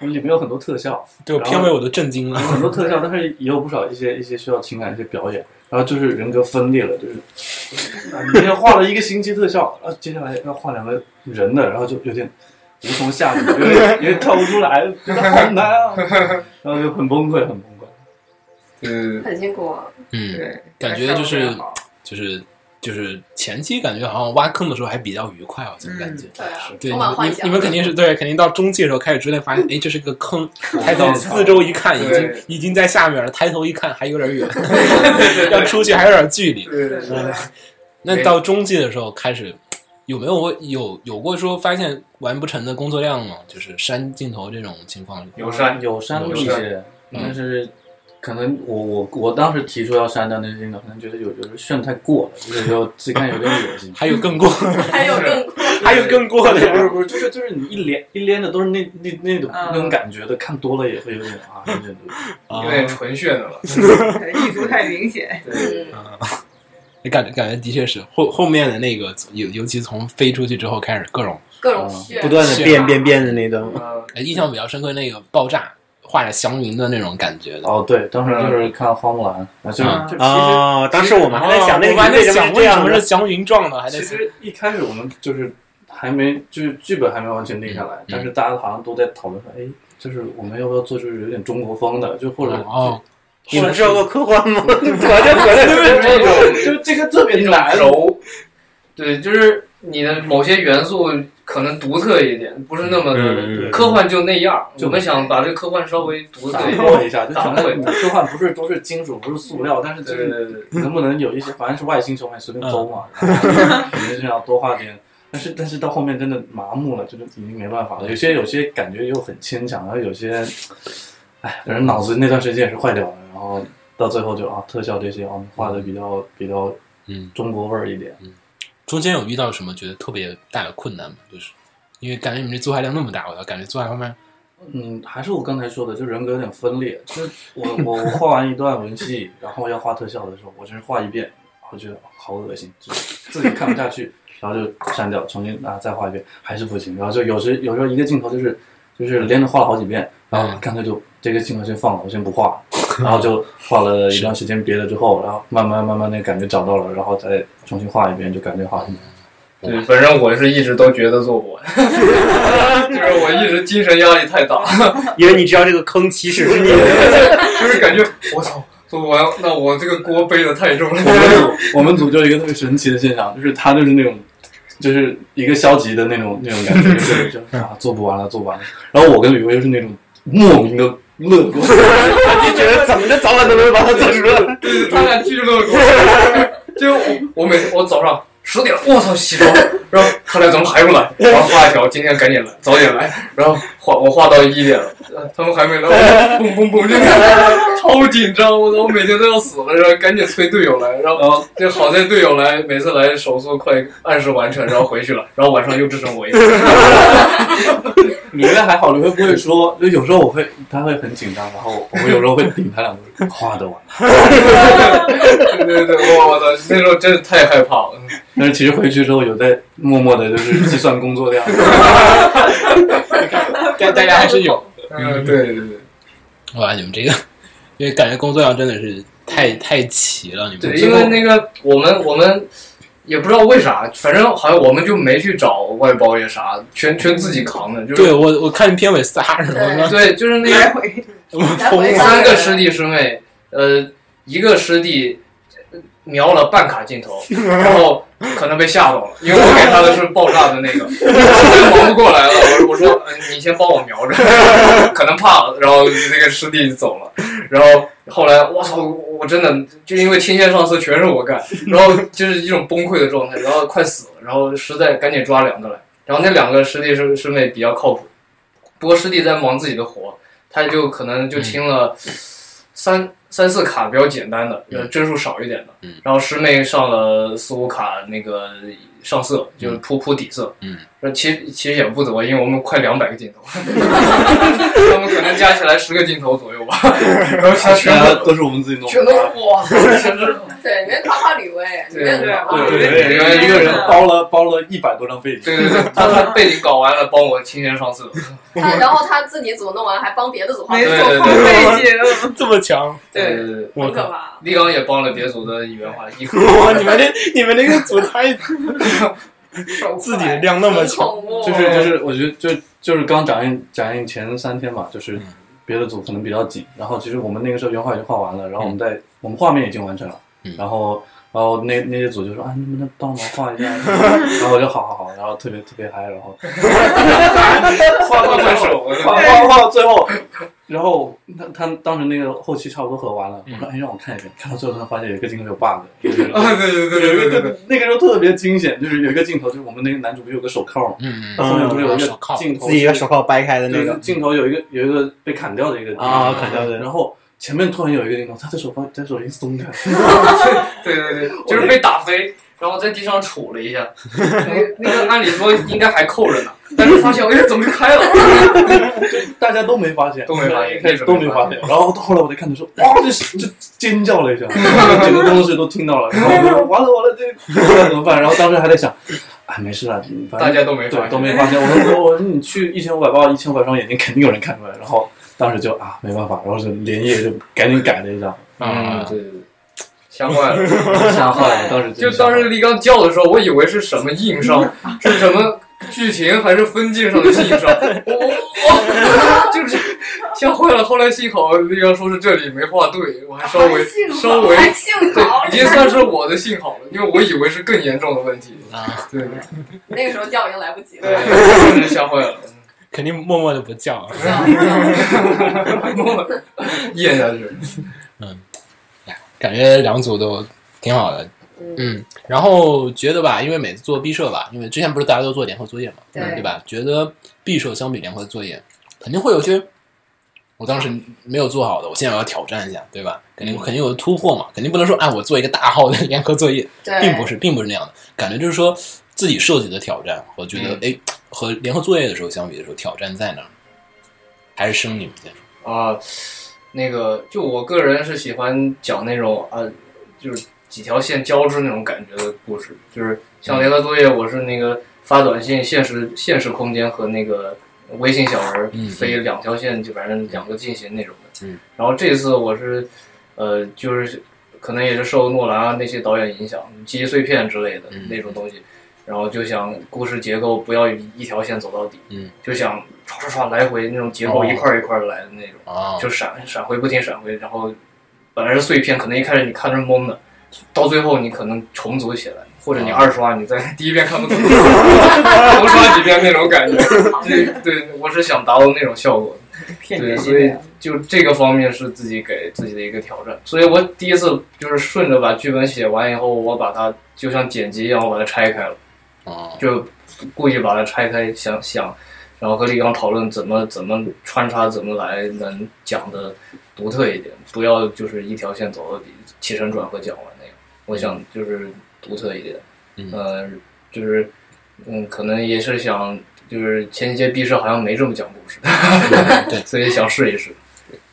里面有很多特效，对我片尾我都震惊有了。很多特效，但是也有不少一些一些需要情感一些表演，然后就是人格分裂了，就是啊你先画了一个星期特效，然后接下来要画两个人的，然后就有点无从下手，有点有点跳不出来，觉得好难啊，然后就很崩溃，很崩溃。对很辛苦啊。嗯，对，感觉就是还上不了就是就是前期感觉好像挖坑的时候还比较愉快，我怎么感觉？对啊，对，充你满幻们想。你们肯定是对，肯定到中期的时候开始逐渐发现，哎，这是个 坑。抬头到四周一看，已经对已经在下面了。抬头一看，还有点 远， 对要出去还有点距离。对对对对，对那到中期的时候开始，有没有过有有过说发现完不成的工作量吗？就是删镜头这种情况。有山，有删有一删些，嗯但是可能我我我当时提出要删掉那些镜头，可能觉得有有时候炫太过了，就是有自己看有点 恶心。还有更 过，还有更还有更过的不呀。是不是，就是就是你一连一连的都是那那那种嗯那种感觉的，看多了也会有点啊，有点哦有点纯炫的 了，对意图太明显。对，嗯，感觉感觉的确是后后面的那个，尤尤其从飞出去之后开始各种，各种炫，不断的变变变的那段，啊，呃印象比较深刻那个爆炸画着祥云的那种感觉的。哦，对，当时就是看花木兰，啊，就是嗯就其实哦，当时我们还在想那我哦个还在为什么想是这为什样么的是祥云撞的，还在其想实一开始我们就是还没就是剧本还没完全定下嗯来，但是大家好像都在讨论说，哎，就是我们要不要做就是有点中国风的，就或者哦，你们是要做科幻吗？我就觉得这 种就这个特别一种难，柔，对，就是你的某些元素可能独特一点，不是那么嗯的科幻就那样。就我们想把这个科幻稍微独特打一破点，一下，就想着你科幻不是都是金属，不是塑料，但是就对是对对，能不能有一些，反正是外星球嘛，你随便兜嘛， 肯定是要多画点。但是但是到后面真的麻木了，就是已经没办法了。有些有些感觉又很牵强，然后有些，哎，反正脑子那段时间也是坏掉了。然后到最后就啊，特效这些啊画的比较比较嗯，中国味儿一点。中间有遇到什么觉得特别大的困难吗？就是因为感觉你们这做饭量那么大，我要感觉做饭方面嗯，还是我刚才说的，就人格有点分裂。就是我我我画完一段文戏，然后要画特效的时候，我真是画一遍，我觉得好恶心，就是自己看不下去，然后就删掉，重新啊再画一遍，还是不行。然后就有时有时候一个镜头就是就是连着画了好几遍，然后干脆就这个镜头先放了，我先不画，然后就画了一段时间别的之后，然后慢慢慢慢那感觉找到了，然后再重新画一遍，就感觉好一点。对，反正我是一直都觉得做 不完，就是我一直精神压力太大，因为你知道这个坑其实是你 的，就是感觉我操。做不完，那我这个锅背的太重 了。我们 组我们组就有一个特别神奇的现象，就是他就是那种，就是一个消极的那种那种感觉，就是就啊做不完了做不完了。然后我跟吕薇就是那种莫名的乐 观，就觉得怎么着早晚都能把它做出来。对， 他俩巨乐观。 就我我每次我早上十点，我操洗床， 然后他俩怎么还不来？我画一条，今天赶紧来，早点来。然后画我画到一点了，呃他们还没来，我嘣嘣 嘣就超紧张，我操，我每天都要死了，然后赶紧催队友来，然后然后就好在队友来，每次来手速快，按时完成，然后回去了，然后晚上又只剩我一个。 吕薇还好，吕薇不会说，就有时候我会他会很紧张，然后我会有时候会顶他两句，画得完。对对对，我我操，那时候真的太害怕了。但是其实回去之后有在默默的就是计算工作量，大大家还是有嗯，对对对。哇，你们这个，因为感觉工作量真的是太太齐了，你们对，最因后为那个我们我们也不知道为啥，反正好像我们就没去找外包也啥，全全自己扛的，就是对我我看片尾仨人，我说对就是那哎来个回我疯对了，三个师弟师妹，呃，一个师弟。呃瞄了半卡镜 头，然后可能被吓到了，因为我给他的是爆炸的 那个，我忙不过来了。我我说、呃你先帮我瞄着， 可能怕了。然后那个师弟就走了，然后后来我操，我真的就因为亲线上色全是我干，然后就是一种崩溃的状态，然后快死了，然后实在赶紧抓两个来，然后那两个师弟师师妹比较靠谱，不过师弟在忙自己的活，他就可能嗯就清了三三四卡比较简单的，呃，帧数少一点的，嗯然后师妹上了四五卡那个上色，就是铺铺底色，嗯，那其实其实也不多，因为我们快两百个镜头， 他们可能加起来十个镜头左右吧，然后 他啊全部都是我们自己弄的。全都哇，简直对，人夸夸李威，对人家夸夸对李对威对，因为一个人包了包了一百多张背景，对对对，他他背景搞完了，帮我亲身上色，他然后他自己组弄完，还帮别的组画，没很对对错，对靠背景，这么强，对，对对，我可靠！怕。立刚也帮了别组的原画，一个 哇，你们这你们这个组 太手快自己的量那么很强，恐怖，就是就是，我觉得就就是刚展映展映前三天吧，就是嗯别的组可能比较紧，然后其实我们那个时候原画已经画完了，然后我们在、我们画面已经完成了，嗯然后然后那那些组就说啊，你能不能帮忙画 一下？然后我就好好好，然后特别特别嗨，然后画画快手，我画画画到最后，然后他他当时那个后期差不多合完了，我嗯说哎让我看一遍，看到最后他发现有一个镜头有 bug，就是啊，对 对对有一对个对对，那个时候特别惊险，就是有一个镜头，就是我们那个男主不是有个手铐吗？嗯后面不是有一手个铐镜头自己是的手铐掰开的那对，个镜头有一个有一个被砍掉的一个啊，砍掉的然后前面突然有一个镜头，他的手把他手已经松开了，对对对，就是被打飞，然后在地上杵了一下，那那个按理说应该还扣着呢，但是发现哎怎么就开了？大家都没发现，都没发现对都没发现。然后后来我在看的时候，哇，就就尖叫 了一下，整个办公室都听到了。然后我说完了完了，这个怎么办？然后当时还在想，哎，没事啊，反大正家都没发对现，都没发现。我说我说你去一千五百八，一千五百双眼睛肯定有人看出来。然后当时就啊没办法，然后就连夜就赶紧改了一张，嗯，对对对，吓坏了。吓坏了，当时啊真就的吓坏当了时立刚叫的时候，我以为是什么硬 伤，是什么剧情还是分镜上的硬伤，我我我就是吓坏了。后来幸好立刚说是这里没画对，我还稍微幸好稍微还幸好对，已经算是我的幸好了，因为我以为是更严重的问题。啊，对 那个时候叫已经来不及对了。，真是吓坏了， 肯定默默的不叫啊。咽下去了。感觉两组都挺好的。嗯，嗯，然后觉得吧，因为每次做毕设吧，因为之前不是大家都做联合作业嘛，对对吧？觉得毕设相比联合作业，肯定会有些我当时没有做好的，我现在要挑战一下，对吧？肯定嗯肯定有突破嘛，肯定不能说哎，我做一个大号的联合作业，对，并不是，并不是那样的感觉，就是说自己设计的挑战，我觉得嗯哎、和联合作业的时候相比的时候，挑战在哪儿？还是生你们先说，啊、那个就我个人是喜欢讲那种啊、呃就是几条线交织那种感觉的故事，就是嗯像联合作业，我是那个发短信、现实现实空间和那个微信小人儿嗯嗯飞两条线，就反正两个进行那种的。嗯。然后这次我是呃，就是可能也是受诺兰啊那些导演影响，记忆碎片之类的嗯那种东西。然后就想故事结构不要一条线走到底，嗯，就想唰唰唰来回那种结构哦一块儿一块儿来的那种。啊，就闪闪回不停闪回，然后本来是碎片，可能一开始你看着懵的，到最后你可能重组起来，或者你啊二刷，你在第一遍看不懂，重刷几遍那种感觉。 对对，我是想达到那种效果，骗对，人所以就这个方面是自己给自己的一个挑战。所以我第一次就是顺着把剧本写完以后，我把它就像剪辑一样，我把它拆开了。啊，就故意把它拆开想想，然后和李刚讨论怎么怎么穿插怎么来能讲的独特一点，不要就是一条线走到底，起承转合讲完那样。我想就是独特一点，嗯呃，就是嗯，可能也是想就是前些毕设好像没这么讲故事，对， 所以想试一试。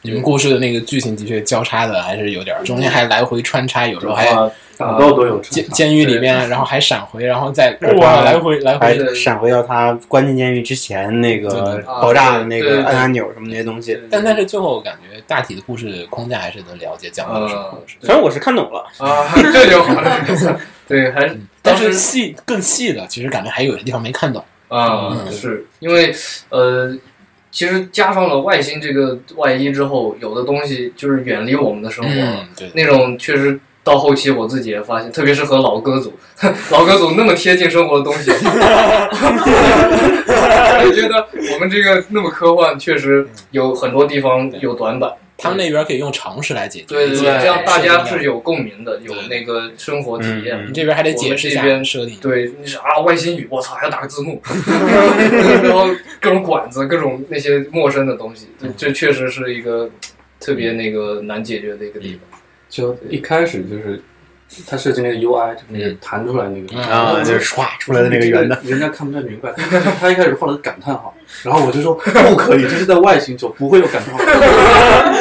你们故事的那个剧情的确交叉的还是有点儿，中间还来回穿插，有时候还啊，打斗都有啊出监场监狱里面，然后还闪回，然后再哇来回来还回，闪回到他关进监狱之前那个对啊爆炸的那对对个对按按钮什么那些东西。但但是最后感觉大体的故事框架还是能了解讲的是呃故事，反正我是看懂了，啊， 这就好 了。对，还是但是当时细更细的，其实感觉还有些地方没看懂。啊、嗯是因为呃，其实加上了外星这个外衣之后，有的东西就是远离我们的生活了，嗯，对，那种确实到后期我自己也发现，特别是和老歌组，老歌组那么贴近生活的东 西，我觉得我们这个那么科幻，确实有很多地方有短板。他们那边可以用常识来解决，对对解对，决这样大家是设定有共鸣的，有那个生活体验。你这边还得解释一下我们这边设定，对，你是啊，外星语，我操，还要打个字幕，然后各种管子，各种那些陌生的东西，这这确实是一个特别那个难解决的一个地嗯方。就一开始就是他设计那个 UI，就那个弹出来那嗯个。啊，就是唰出来的那个圆的，，人家看不太明白。 他一开始画了个感叹号，然后我 就说不可以，这是在外星球不会有感叹号。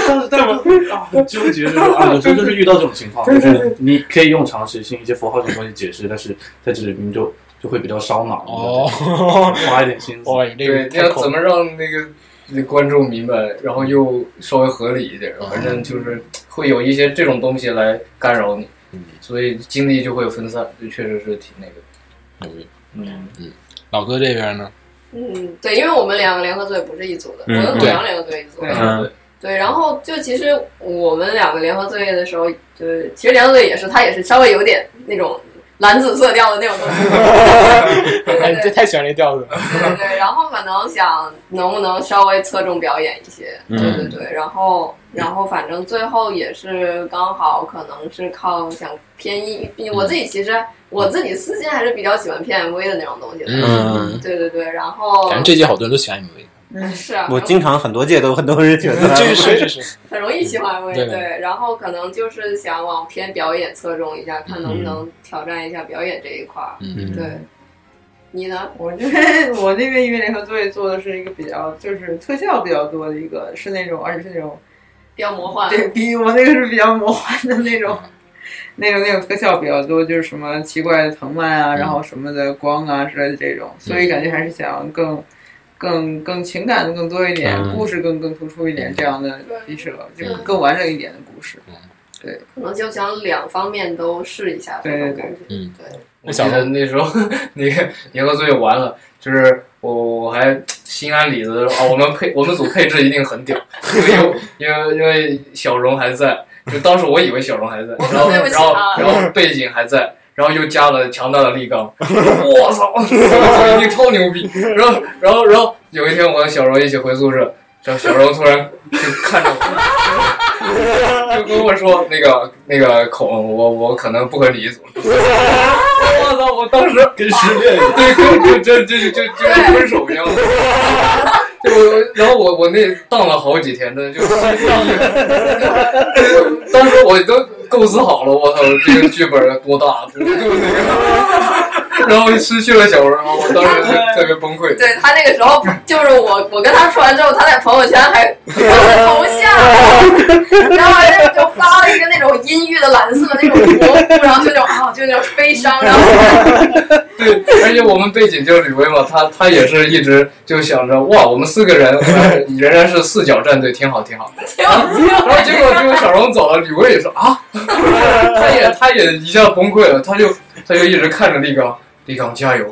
但是但是啊，很纠结，就 是啊，有时候就是遇到这种情况，就是你可以用常识性一些符号性的东西解释，但是在这里面就就会比较烧脑，哦，花一点心思。哇，你这对个，你太要恐怎么让那个那观众明白，然后又稍微合理一点，反正嗯就是会有一些这种东西来干扰你，所以精力就会分散，这确实是挺那个的。嗯嗯，老哥这边呢？嗯，对，因为我们两个联合队不是一组的，嗯我跟古阳联合队一组的。对嗯对，然后就其实我们两个联合作业的时候，就是其实联合队也是，他也是稍微有点那种蓝紫色调的那种东西。哎，对对你这对太喜欢这调子了。对对，然后可能想能不能稍微侧重表演一些，对对对，然后然后反正最后也是刚好可能是靠想偏一，我自己其实我自己私心还是比较喜欢偏 MV 的那种东西的，嗯，对对对，然后感觉这届好多人都喜欢 MV，是啊，我经常很多届都很多人 觉得，这是这是，很容易喜欢 MV，对对，然后可能就是想往偏表演侧重一下，看能不能挑战一下表演这一块儿。嗯，对，你呢？我这边我那边因为联合作业做的是一个比较就是特效比较多的一个，是那种而且是那种比较魔幻， 对比我那个是比较魔幻的那嗯种，那种那种特效比较多，就是什么奇怪的藤嗯蔓啊，然后什么的光啊之类的这种，所以感觉还是想更更更情感的更多一点，嗯故事更更突出一点这样的毕设，就更完整一点的故事。可能就想两方面都试一下这种感觉。对对对，我记得那时候 那个联合作业完了，就是我我还心安理得地说啊，我们配我们组配置一定很屌，因为有因为因为小荣还在，就当时我以为小荣还在，然后对不起然后啊然后背景还在。然后又加了强大的力 杠，我操，我一定超牛逼！然后，然后，然后有一天我和小荣一起回宿舍，然后小荣突然就看着我，就跟我说：“那个，那个孔，我我可能不和你一组。” 我操！我当时 跟失恋一样，对，跟就就就就就跟分手一样。就我，然后我我那荡了好几天，真的就当时我都构思好了，我操，这个剧本多大，多那个，然后失去了小人，我当时就特别崩溃。对他那个时候就是我，我跟他说完之后，他在朋友圈还发了头像，然后还就发了一个那种阴郁的蓝色的那种蘑菇，然后就那种啊，就那种悲伤，然后对，而且我们背景就是吕薇嘛，她她也是一直就想着哇，我们四个人呃仍然是四角战队，挺好挺好。结果然后结果结果小荣走了，吕薇也说啊，他也他也一下崩溃了，他就他就一直看着力刚，力刚加油，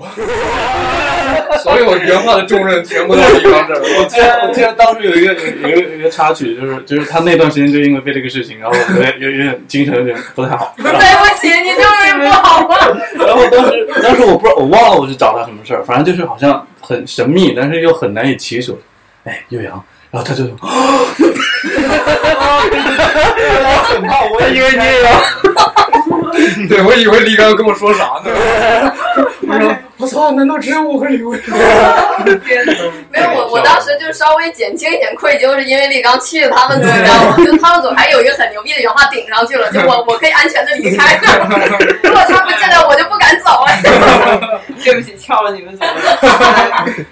所有原话的重任全部到力刚这儿了。我记得我记得当时有一个有一个有一个插曲，就是就是他那段时间就因为被这个事情，然后有点有有点精神有点不 太好。然后对不起，你就是不好吗？ 然后当时当时我不知道我忘了我去找他什么事儿，反正就是好像很神秘，但是又很难以启手。哎，岳阳，然后他就很怕我以为你也要，对，我以为力刚要跟我说啥呢，我说我操，难道只有我和吕薇？没有，我我当时就稍微减轻一点愧疚，是因为力刚去 他们组，你知道吗？就他们组还有一个很牛逼的原话顶上去了，就 我我可以安全的离开这儿，如果他们进来，我就不敢走啊 了。对不起，撬了你们组了。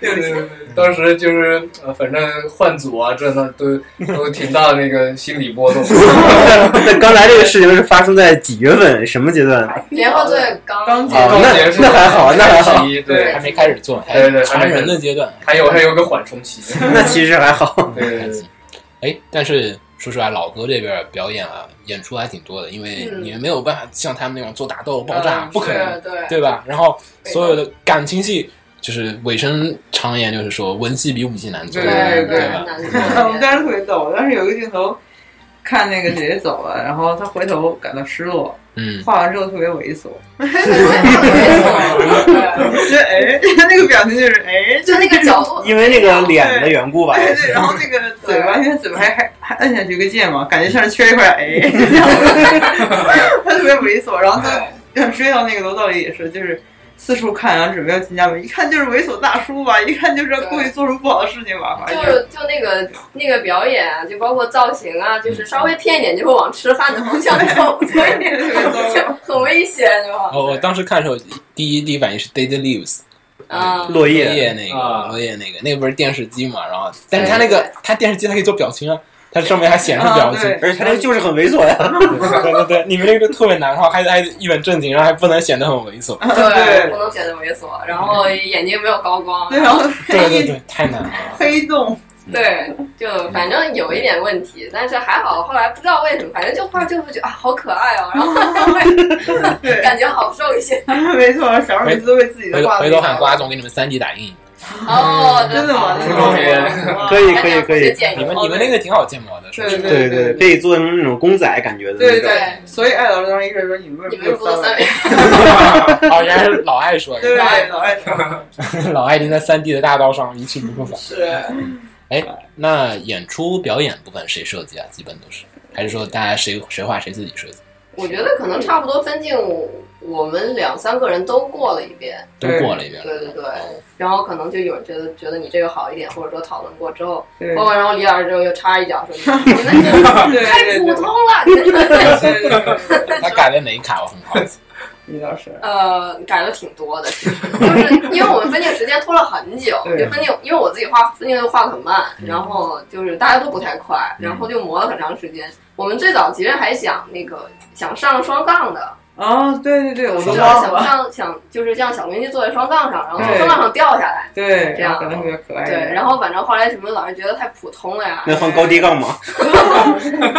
对对对，当时就是呃，反正换组啊，这那都都挺大那个心理波动。那刚来这个事情是发生在几月份？什么阶段？联合队刚 刚啊进哦那结束那还好那还好对 对还没开始做，还对对还传没开人始的阶段，还有还有个缓冲期。那其实还好，对对对。哎，但是说实话，老哥这边表演啊、演出还挺多的，因为嗯你没有办法像他们那种做打斗、爆炸，嗯不可能，是对。对吧？然后所有的感情戏，就是尾声常言就是说，文戏比武戏难做，对对对吧？ 我 们当时特别逗，当时有一个镜头，看那个姐姐走了，然后她回头感到失落，嗯，画完之后特别猥 琐， 对就哎，他那个表情就是哎，就那个角 度，因为那个脸的缘故吧，对也 对，是然后那个嘴巴，因为嘴巴还还还摁下去一个键嘛，感觉像是缺一块 哎，他特别猥琐，然后 他追到那个楼道里也是，就是四处看，然后准备要进家门，一看就是猥琐大叔吧，一看就是要故意做出不好的事情吧，反正就就那个那个表演啊，就包括造型啊，就是稍微偏一点就会往痴汉的方向走， 所 以特别就逗。很危险，就好。哦我哦我当时看的时候，第一第一反应是 Dead Leaves 啊，落落叶叶那个啊落叶那个，那个不是电视机嘛？然后，但是他那个他电视机它可以做表情啊，它上面还显示 表啊，情。对，而且他这个就是很猥琐呀。对对对，你们那个就特别难看，还还一本正经，然后还不能显得很猥琐。啊 对，不能显得猥琐，然后眼睛没有高光， 对，啊然后 对对黑对，太难了。黑洞，对，就反正有一点问题，但是还好，后来不知道为什么，反正就画就会觉得啊，好可爱哦，然后 就会对，感觉好受一些。没错，小时候每次都被自己回的头画回头喊瓜总给你们三 D 打印，哦，真的吗？初中学学，可以可以可以，哎你们你们那个挺好建模的，说实对话对对对，可以做成那种公仔感觉的那对种。对， 所以艾老师当时一开始说你们为你什么们有不三做三维？维，哦，原来是老爱说，对，原来老爱说老爱钉在三 D 的大刀上一去不复返。是。那演出表演部分谁设计啊？基本都是，还是说大家谁谁画谁自己设计？我觉得可能差不多分镜，我们两三个人都过了一遍，都对过了一遍了。对对对哦，然后可能就有人觉得觉得你这个好一点，或者说讨论过之后，对包括然后李老师之后又插一脚 说你们你们对对太普对通了，你们对对对，他改了哪一卡？我很好奇。李老师，呃，改了挺多的，其实 就是因为我们分镜时间拖了很久，对就分镜，因为我自己画分镜又画的很慢，然后就是大家都不太快，然后就磨了很长时间。我们最早其实还想那个想上双杠的，啊，对对对，我都就是忘想了，上想就是像小明星坐在双杠上，然后从对双杠上掉下来，对，这样可能比较可爱一点，对，然后反正后来什么老师觉得太普通了呀，那换高低杠吗？反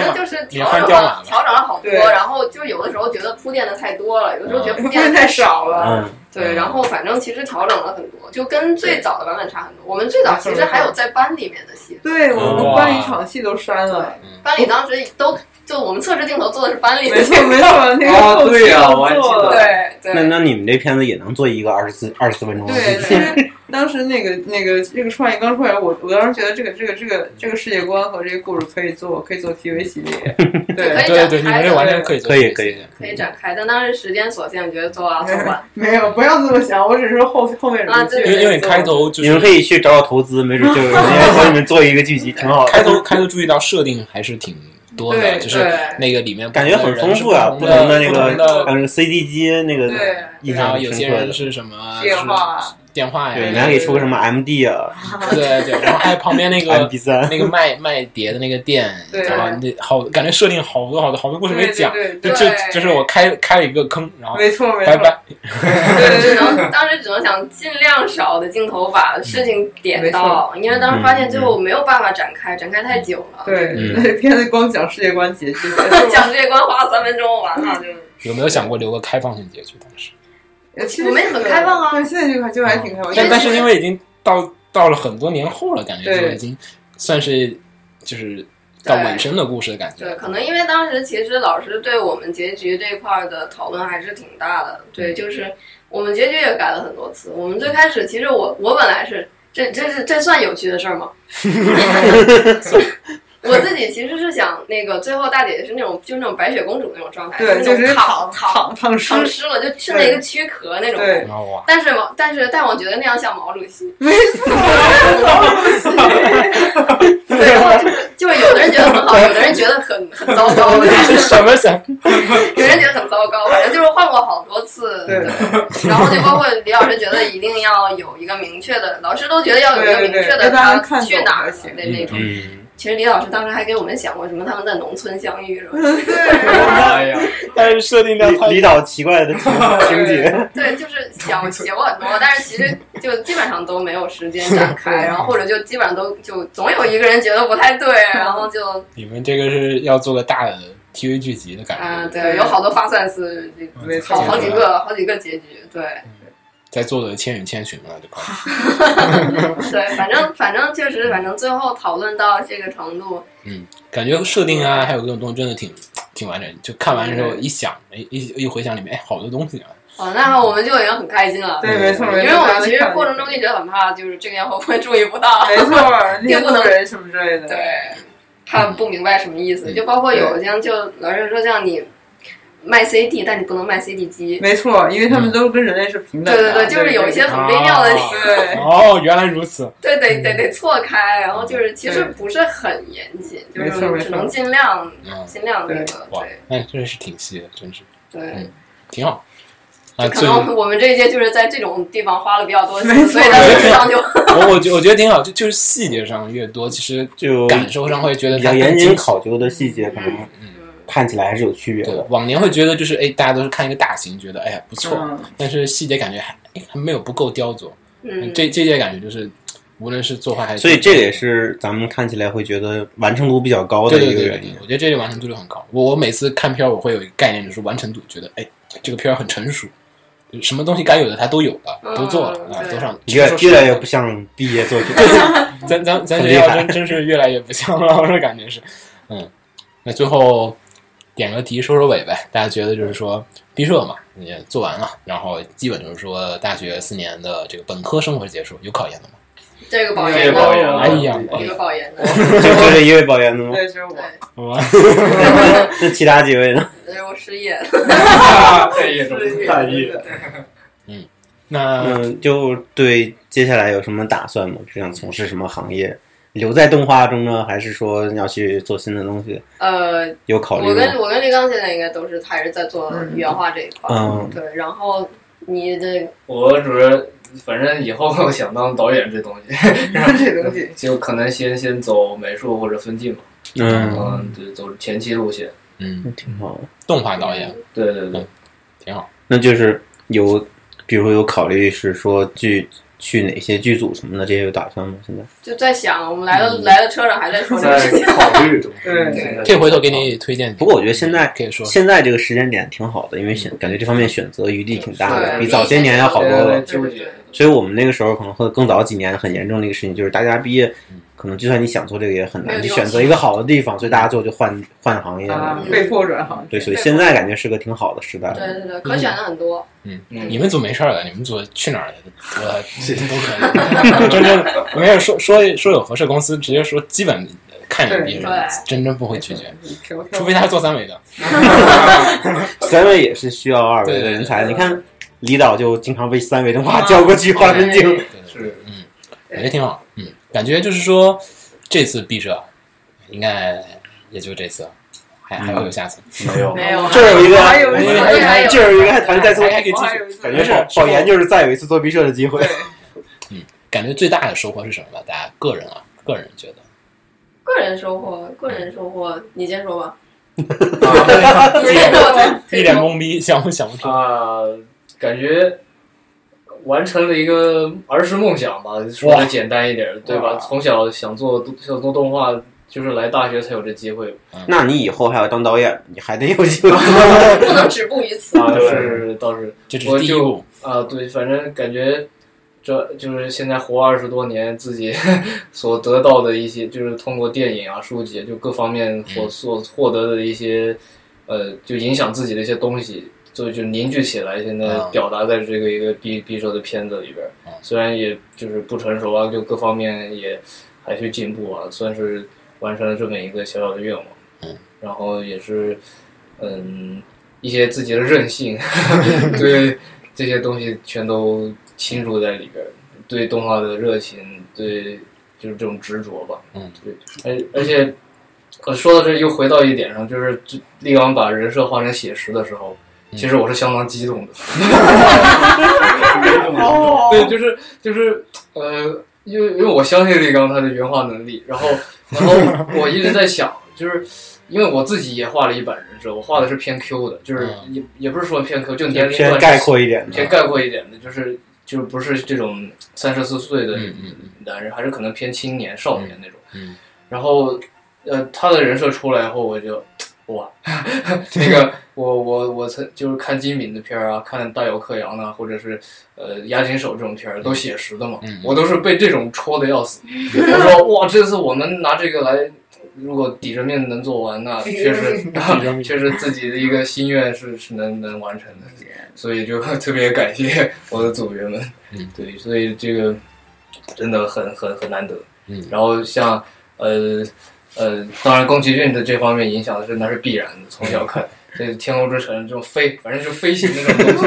正就是调换整掉马了吧调整了好多，对然后就有的时候觉得铺垫的太多了，有的时候觉得铺不垫会得太少了，嗯，对，然后反正其实调整了很多，就跟最早的版本差很多。我们最早其实还有在班里面的戏，对我们班一场戏都删了，嗯班里当时都就我们测试镜头做的是班里没的戏错，没错，那个后期都做了， 对那对那你们这片子也能做一个二十四二十四分钟的对，其实当时那个那个这个创意刚出来，我我当时觉得这个这个这个这个世界观和这个故事可以做可以做 TV 系列，对可以对对对，展你开们这的完全可以做可以这些可可以展开，但当时时间所限，觉得做到做完。没有，不要这么想，我只是说后后面啊怎么对因为因为对开头就你们可是以去找找投资，没准就有人帮你们做一个 剧集，挺哦好开的。头开头注意到设定还是挺多的，对就是对那个里面感觉很丰富啊，不不同同的的那人个是不同的。嗯 CD 机那个对，印然象后很有些深刻人的。是什么电话啊是电话对，你呀，还给出个什么 MD 啊、对对，然后 还有旁边那个 MP 三，那个卖卖碟的那个店，对然后那好感觉设定好多好多好多故事没讲，对对就对就就是我开开了一个坑，然后没错没错，拜拜，对对只对。能当时只能想尽量少的镜头把事情点到，因为当时发现最后没有办法展开，展开太久了。，对，嗯那片子光讲世界观结局， 讲这关花了三分钟，完了就有没有想过留个开放性结局？当时，呃其实我们也很开放啊哦对，现在就还就还挺开放。但因为但其是实因为已经到到了很多年后了，感觉对就已经算是就是到对尾声的故事的感觉。对，嗯可能因为当时其实老师对我们结局这块儿的讨论还是挺大的。嗯对，就是我们结局也改了很多次。我们最开始其实我我本来是这这是这算有趣的 事儿吗？ 我自己其实是想那个最后大姐姐是那种就是那种白雪公主那种状态，对，就那是种躺躺躺躺尸，躺湿了，就剩了一个躯壳那种。对然后哇，但是毛，但是，但我觉得那样像毛主 席。没错，对，然后就是就是，有的人觉得很好，有的人觉得很很糟糕，是 什么想？有人觉得很糟糕，反正就是换过好多次。对然后就包括李老师觉得一定要有一个明确的，老师都觉得要有一个明确对对的对让大家他看懂去哪儿而了且的那种。嗯，其实李老师当时还给我们讲过什么他们在农村相遇什么 的， 对，哎呀，但是设定量李太李导奇怪的 情情节，对，就是想写过很多，但是其实就基本上都没有时间 展开，然后或者就基本上都就总有一个人觉得不太对，然后就你们这个是要做个大的 TV 剧集的感觉。啊、对，有好多发散思，没好错，好几个好几个结局，对。在做的《千与千寻》了，对吧？对，反正反正确实，反正最后讨论到这个程度，感觉设定啊，还有各种东西真的挺挺完整。就看完之后一想，哎，一一回想里面，哎，好多东西啊。哦，那我们就已经很开心了。对，没错，因为我们其实过程中没一直很怕，就是这个烟火会注意不到，错，猎物人什么之类的，对，怕不明白什么意思。嗯就包括有些就老师说像你卖 CD，但你不能卖 CD 机。没错，因为嗯他们都跟人类是平等对的，啊对对，就是有一些很微妙的，啊对哦，原来如此。对得得得错开，然后就是其实不是很严谨，就没错没是错只能尽量嗯，尽量那个，哇对，那真是挺细的，真是对，挺好。啊，就可最能我们这一届就是在这种地方花了比较多心，所以他们智商就我我觉我觉得挺好，就就是细节上越多，其实就感受上会觉得比它更较严精谨彩考究的细节，可嗯能看起来还是有区别对的，。往年会觉得就是哎，大家都是看一个大型，觉得哎呀不错，嗯但是细节感觉还哎还没有不够雕琢。嗯，这这届感觉就是，无论是作画还是，所以这个也是咱们看起来会觉得完成度比较高对的对一个对原对因对。我觉得这届完成度就很高。我我每次看片儿，我会有一个概念，就是完成度，觉得哎，这个片儿很成熟，就是什么东西该有的它都有了，嗯都做了对啊，都上。越说实越话来越不像毕业作品， 咱咱咱很学厉校害真真是越来越不像了，我这感觉是，嗯，那最后点个题收收尾呗。大家觉得就是说，毕设嘛也做完了，然后基本就是说大学四年的这个本科生活结束，有考研的吗？这个保这研个保的，研哎呀，这个保研的，就就这一位保研的吗？嗯对，就是嗯我，对，我那其他几位呢？所以我失业了。 这也对是大意。那嗯，就对接下来有什么打算吗？是想从事什么行业？留在动画中呢，还是说要去做新的东西？呃，有考虑我跟吗？我跟立刚现在应该都是还是在做原画这一块儿，嗯对。然后你这我主要反正以后想当导演这东西，这东西，就可能先先走美术或者分镜嘛，嗯，嗯，对，走前期路线。嗯，挺好的。动画导演对对对，挺好。那就是有，比如说有考虑是说去去哪些剧组什么的，这些有打算吗？现在就在想，我们来嗯了来了车上还在说这个在事情，考虑中。对现在可以回头给你推荐。不过我觉得现在可以说，现在这个时间点挺好的，因为现感觉这方面选择余地挺大的，对比早些年要好多了在。纠结。所以我们那个时候可能会更早几年很严重的一个事情，就是大家毕业，可能就算你想做这个也很难，没有你地方选择一个好的地方，所以大家最后就换换行嗯业啊了。，被迫转行，对，所以现在感觉是个挺好的时代。对对对，可选的很多。嗯，嗯你们组没事儿的，你们组去哪儿我都可以。真真没有说说说有合适公司，直接说基本看你毕设对，真真不会拒绝，飘飘除非他是做三维的。三维也是需要二维的人才，对你对对看李导就经常被三维的画叫过去画分镜。对对 是感觉挺好，嗯，感觉就是说这次毕设应该也就这次，还还会有下次，没有没有，啊这儿有一个，还有我一们次还有还有这儿有一个，还 团再做，还还可以继还续。有一次感觉是保保研就是再有一次做毕设的机会对。感觉最大的收获是什么吧？大家个人啊，个人觉得，个人收获，个人收获，你先说 吧。啊一脸懵逼，想不想不出。啊，感觉完成了一个儿时梦想吧，说的简单一点，对吧？从小想做想做动画，就是来大学才有这机会那你以后还要当导演，你还得有机会。不能止步于此。啊，就是倒是这只我是第一就步，啊，对，反正感觉这就是现在活二十多年，自己 所得到的一些，就是通过电影啊、书籍，就各方面所嗯所获得的一些，呃，就影响自己的一些东西，就就凝聚起来，现在嗯表达在这个一个毕毕设的片子里边儿嗯。虽然也就是不成熟啊，就各方面也还去进步啊，算是完成了这么一个小小的愿望。嗯，然后也是，嗯。一些自己的任性， 对，这些东西全都倾注在里边儿，对动画的热情，对就是这种执着吧。嗯，对，而而且我说到这儿又回到一点上，就是这力刚把人设画成写实的时候，嗯其实我是相当激动的。哦，对，就是就是呃，因为因为我相信力刚他的原画能力，然后然后我一直在想，就是因为我自己也画了一版人设，我画的是偏 Q 的，就是嗯也也不是说偏 Q，就年龄偏段概是括一点偏的，概括一点的，就是就是不是这种三十四岁的嗯嗯嗯男人，还是可能偏青年少年那种。嗯，然后，呃，他的人设出来以后，我就哇， 那个我我我曾就是看金敏的片儿啊，看大有克洋啊，或者是呃押井守这种片儿都写实的嘛，嗯嗯 我都是被这种戳的要死。我说哇，这次我们拿这个来。如果抵着面能做完，那确实 确实自己的一个心愿是是能能完成的，所以就特别感谢我的组员们，嗯，对，所以这个真的很很很难得，嗯然后像呃呃，当然宫崎骏的这方面影响是那是必然的，从小看。这《天空之城》这种飞，反正就飞行那种东西，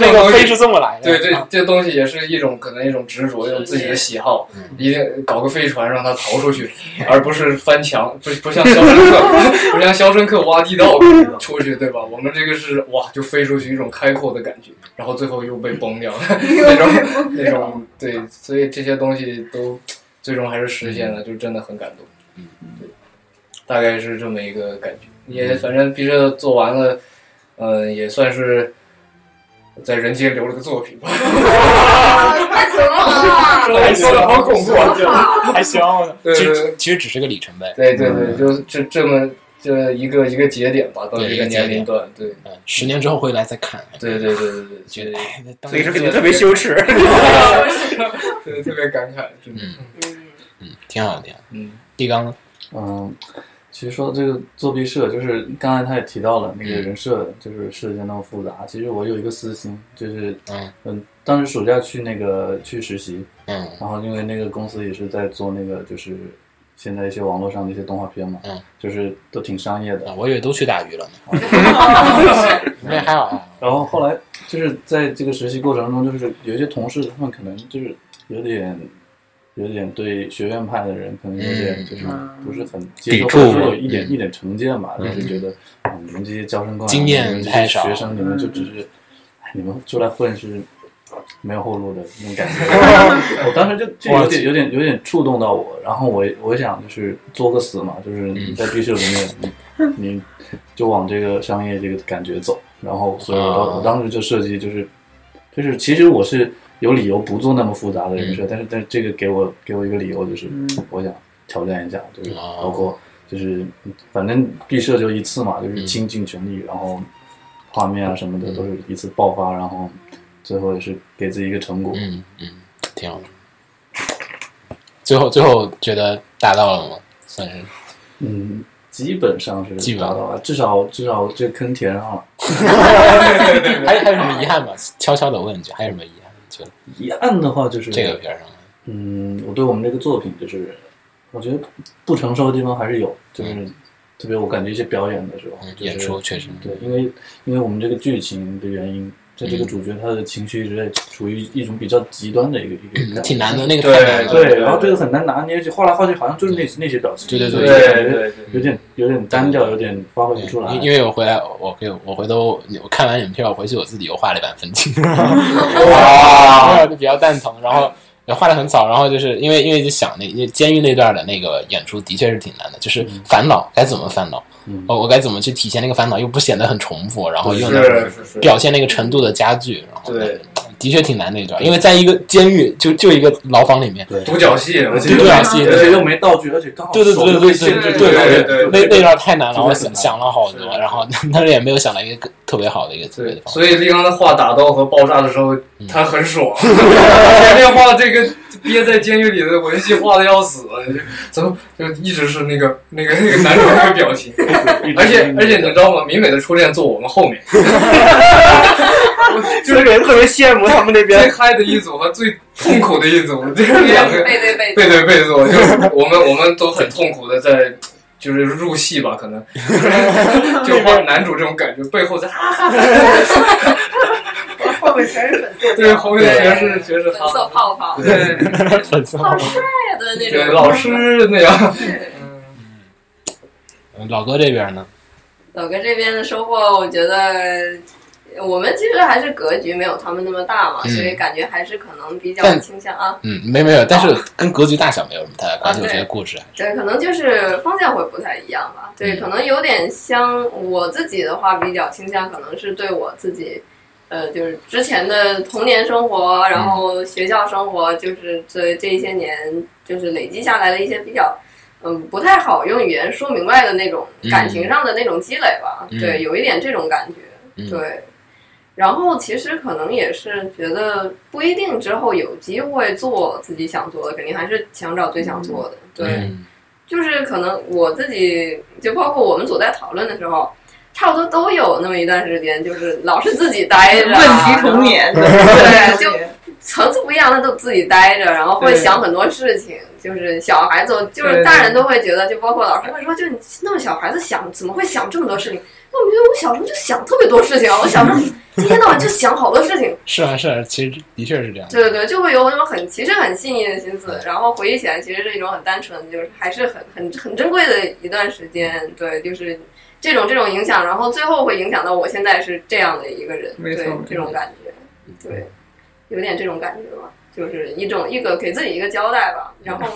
那个飞是这么来的，对， 这这东西也是一种可能一种执着，一种自己的喜好，一定搞个飞船让它逃出去， 而不是翻墙，不不像肖申克， 不像肖申克挖地道出去，对吧？我们这个是哇，就飞出去一种开阔的感觉，然后最后又被崩掉了 那种那种对，所以这些东西都最终还是实现了，就真的很感动。嗯对，大概是这么一个感觉，也反正毕设做完了，嗯、也算是。在人间留了个作品吧，太行 了，说的好恐怖啊！还行。对其对实其实只是个里程碑，对对对，就这这么这一个一个节点吧，到这个年龄段，对嗯，十年之后回来再看，对对对对对，觉觉得得哎，那当所以时说肯定特别羞耻。对特别感慨，真的嗯嗯，挺好的，挺好的。嗯地刚呢，嗯，其实说到这个作弊社，就是刚才他也提到了那个人设，嗯就是设计得那么复杂。其实我有一个私心，就是嗯嗯，当时暑假去那个去实习，嗯然后因为那个公司也是在做那个就是现在一些网络上的一些动画片嘛，嗯，就是都挺商业的。啊，我以为都去大鱼了呢，那还好啊，然后后来就是在这个实习过程中，就是有一些同事他们可能就是有点。有点对学院派的人可能有点嗯就是嗯不是很接受，抵或触者说有一点嗯一点成见吧，嗯就是觉得啊你们这些招生官啊，经验你们这太些少学生你们就只是，哎你们出来混是没有后路的那种感觉。 我当时就就有点有点有点触动到我，然后我我想就是作个死嘛，就是你嗯在毕设里面，你你就往这个商业这个感觉走，然后所以我当啊我当时就设计就是就是其实我是有理由不做那么复杂的人嗯设，但是但是这个给我给我一个理由就是嗯我想挑战一下，就是哦包括就是嗯反正毕设就一次嘛，就是嗯倾尽全力，然后画面啊什么的都是一次爆发，然后最后也是给自己一个成果。嗯嗯，挺好的。最后最后觉得达到了吗？算是嗯，基本上是基本达到了，至少至少这坑填上了。还还有什么遗憾吗？悄悄的问一句，还有什么遗憾？就一案的话就是这个，片儿上，嗯，我对我们这个作品就是，我觉得不成熟的地方还是有，就是、特别我感觉一些表演的时候，嗯，就是、演出确实，对，因为因为我们这个剧情的原因，在这个嗯主角他的情绪一直在处于一种比较极端的一个一个嗯感挺觉。难的，那个对太难了。对对，然后这个很难拿捏，就画来画去好像就是那那些表情，对对所对以对对，有点有点单调，有点发挥不出来。因因为我回来，我可以，我回头我看完影片，我回去我自己又画了一版分镜，哇，就比较蛋疼，然后也画的很草，然后就是因为因为就想那因为监狱那段的那个演出的确是挺难的，就是烦恼该怎么烦恼，嗯哦，我该怎么去体现那个烦恼，又不显得很重复，然后又能是是是，表现那个程度的加剧，然后对的确挺难那一段，因为在一个监狱就就一个牢房里面，独角戏，而且对又对对而且又没道具，而且刚好对对对对对对手对就对对对那对那段太难了，真的我很想难想了好多，是然后 但是也没有想到一个更特别好的一个特别对嗯的，方法。所以力刚的画打到和爆炸的时候，他很 爽。前面画这个憋在监狱里的文戏画的要死，怎么就一直是那个那个那个男主那个表情， 而且而且你知道吗？明美的初恋坐我们后面，就是人特别羡慕他们那最边，嗨的一组和最痛苦的一组，这是两个背对背背对背坐，就是我们我们都很痛苦的在。就是入戏吧，可能 就画男主这种感觉，背后在啊哈哈，后面全是粉色，啊对，后面全是全是粉色哈，泡泡，对，好帅的那对，种。老师那样，嗯老哥这边呢？老哥这边的收获，我觉得我们其实还是格局没有他们那么大嘛，嗯所以感觉还是可能比较但倾向啊，嗯，没没有，但是跟格局大小没有什么太大关系。啊我对觉得故事还是，对，可能就是方向会不太一样吧。对，嗯可能有点像我自己的话，比较倾向可能是对我自己。呃，就是之前的童年生活，嗯然后学校生活，就是这这一些年，就是累积下来的一些比较，嗯，不太好用语言说明白的那种感情上的那种积累吧。嗯对，有一点这种感觉。嗯，对，然后其实可能也是觉得不一定之后有机会做自己想做的，肯定还是想找最想做的。对，嗯就是可能我自己，就包括我们组在讨论的时候，差不多都有那么一段时间，就是老是自己待着 啊，问题童年，对就层次不一样，他都自己待着，然后会想很多事情。就是小孩子，就是大人都会觉得，就包括老师会说，就你那么小孩子想，怎么会想这么多事情？那我觉得我小时候就想特别多事情啊，我小时候一天到晚就想好多事情。是啊是啊，其实的确是这样。对对对，就会有那种很其实很细腻的心思，然后回忆起来其实是一种很单纯，就是还是很很很珍贵的一段时间。对，就是这种这种影响，然后最后会影响到我现在是这样的一个人，没对错没错这种感觉，对，有点这种感觉吧，就是一种一个给自己一个交代吧。然后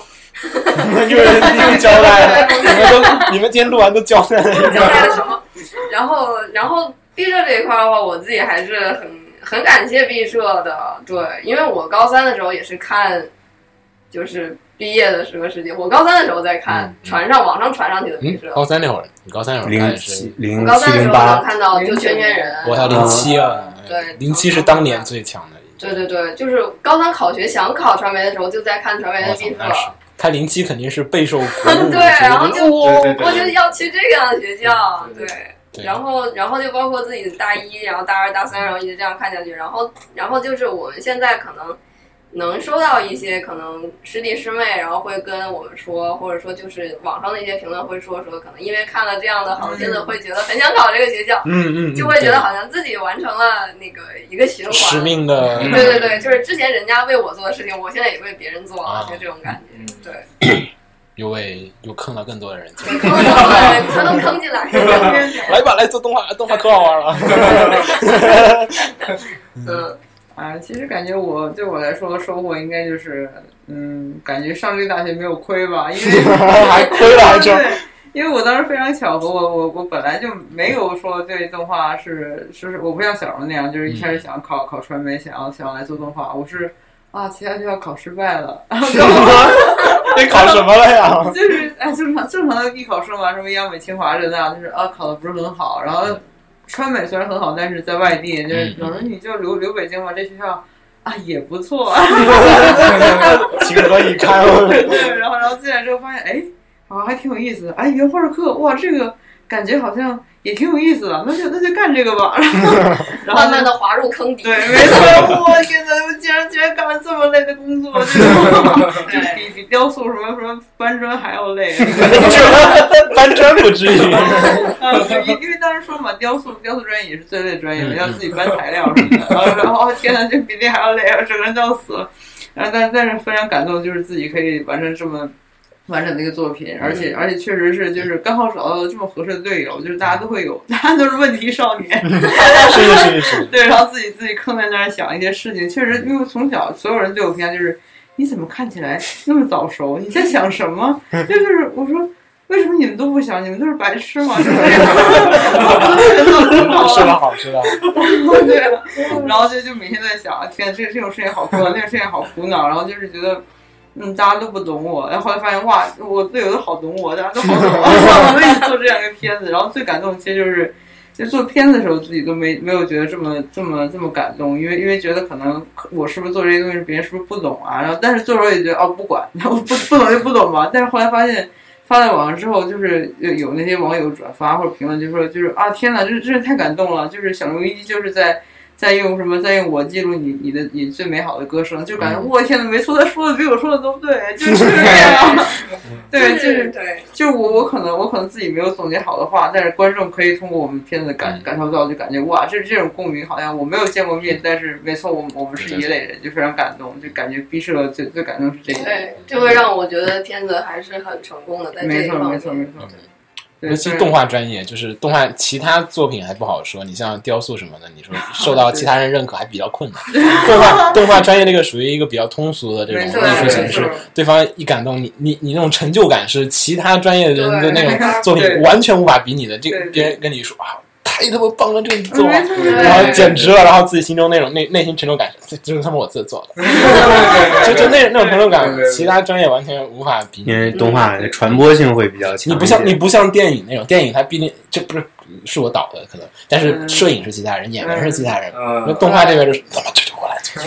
又有人又交代了，你们都你们今天录完都交代了。交代了什么，然后然后毕设这一块的话，我自己还是很很感谢毕设的，对，因为我高三的时候也是看，就是毕业的什么时间，我高三的时候在看嗯嗯传上网上传上去的 毕嗯设，，高三那会儿，你高三那会儿看零的是七，零我高七三的时零候能 八，看到就全全人，我还有零零七啊，对零七是当年最强的。对对对，就是高三考学想考传媒的时候就在看传媒的我毕操，设那，是他零七肯定是备受鼓舞，对，然后就哦对对对我就要去这样的学校，对对对。对然后，然后就包括自己的大一，然后大二、大三，然后一直这样看下去，然后，然后就是我们现在可能能收到一些可能师弟师妹，然后会跟我们说，或者说就是网上的一些评论会说说，可能因为看了这样的好片子，嗯会觉得很想考这个学校，嗯嗯，嗯就会觉得好像自己完成了那个一个对循环，使命的嗯对对对，就是之前人家为我做的事情，我现在也为别人做了，啊就这种感觉。嗯，又为又坑了更多的人进来。坑到了，全都坑进来。来吧，来做动画，动画可好玩 了。嗯，啊，其实感觉我对我来说收获应该就是，嗯，感觉上这个大学没有亏吧，因为 还亏了还挣对，因为我当时非常巧合，我我我本来就没有说对动画是是，我不像小时候那样，就是一开始想考考传媒，想要想要来做动画，我是啊，其他学校考失败了，然后你考什么了呀？就是哎，正常正常的艺考生嘛，什么央美、清华这那，就是啊，考的不是很好，然后川美虽然很好，但是在外地，就是嗯老师你就留留北京吧，这学校啊也不错，情何以堪？ 对，然后然后进来之后发现，哎，啊还挺有意思的，哎原画课，哇这个感觉好像也挺有意思的，那就那就干这个吧， 然后然后慢慢的滑入坑底。对，没错，我天呐，我竟然居然干了这么累的工作，这个就比比雕塑什么什么搬砖还要累。搬砖不至于，啊，因因为当时说嘛，雕塑雕塑专业也是最累的专业嘛，要自己搬材料什么的，然后然后哦天呐，这比那还要累啊，整个人都要死了。然后但但是非常感动，就是自己可以完成这么完整的一个作品，而且而且确实是就是刚好找到了这么合适的队友，就是大家都会有，大家都是问题少年，是是是是，对，然后自己自己坑在那儿想一些事情，确实，因为从小所有人对我评价就是，你怎么看起来那么早熟？你在想什么？就是我说，为什么你们都不想？你们都是白痴吗？就是这样 说的好，说的好。对啊，然后就就每天都在想，天，这这种事情好困扰，那种事情好苦恼，然后就是觉得。嗯，大家都不懂我，然后后来发现哇，我队友都好懂我，大家都好懂我，我 一直做这样一个片子。然后最感动其实就是，就做片子的时候自己都没没有觉得这么这么这么感动，因为因为觉得可能我是不是做这些东西别人是不是不懂啊？然后但是做的时候也觉得哦不管，然后不不懂就不懂吧。但是后来发现发在网上之后，就是有有那些网友转发或者评论，就说就是啊，天哪，这真是太感动了！就是小牛一就是在在用什么，在用我记录你你的你最美好的歌声，就感觉我天哪，没错，他说的比我说的都对，就是这样。对，就就是是对，就是我我可能我可能自己没有总结好的话，但是观众可以通过我们片子嗯感感受到，就感觉哇，这这种共鸣好像我没有见过面，但是没错，我们我们是一类人，就非常感动，就感觉毕设最最感动是这一点。对，这会让我觉得片子还是很成功的，在这没一错，方没 错，没面。错。嗯对尤其动画专业，就是动画其他作品还不好说，你像雕塑什么的，你 说受到其他人认可还比较困难。动画动画专业那个属于一个比较通俗的这种没艺错术没形错式，对方一感动你，你你那种成就感是其他专业人的对那没种错作 对品完全无法比拟的。这对个对别人跟你说啊，太他妈棒了，这你做嗯啊，没错没错然后对简直了，然后自己心中那种内内心成就感，这就是他妈我自己做的，就就那那种成就感对对，对其他专业完全无法比拟因。为动画的传播性会比较强你一点。不像你不像电影那种，电影它毕竟这不是是我导的可能，但是嗯摄影是其他人，演员是其他人，那嗯，动画这边就是怎么推着我来做。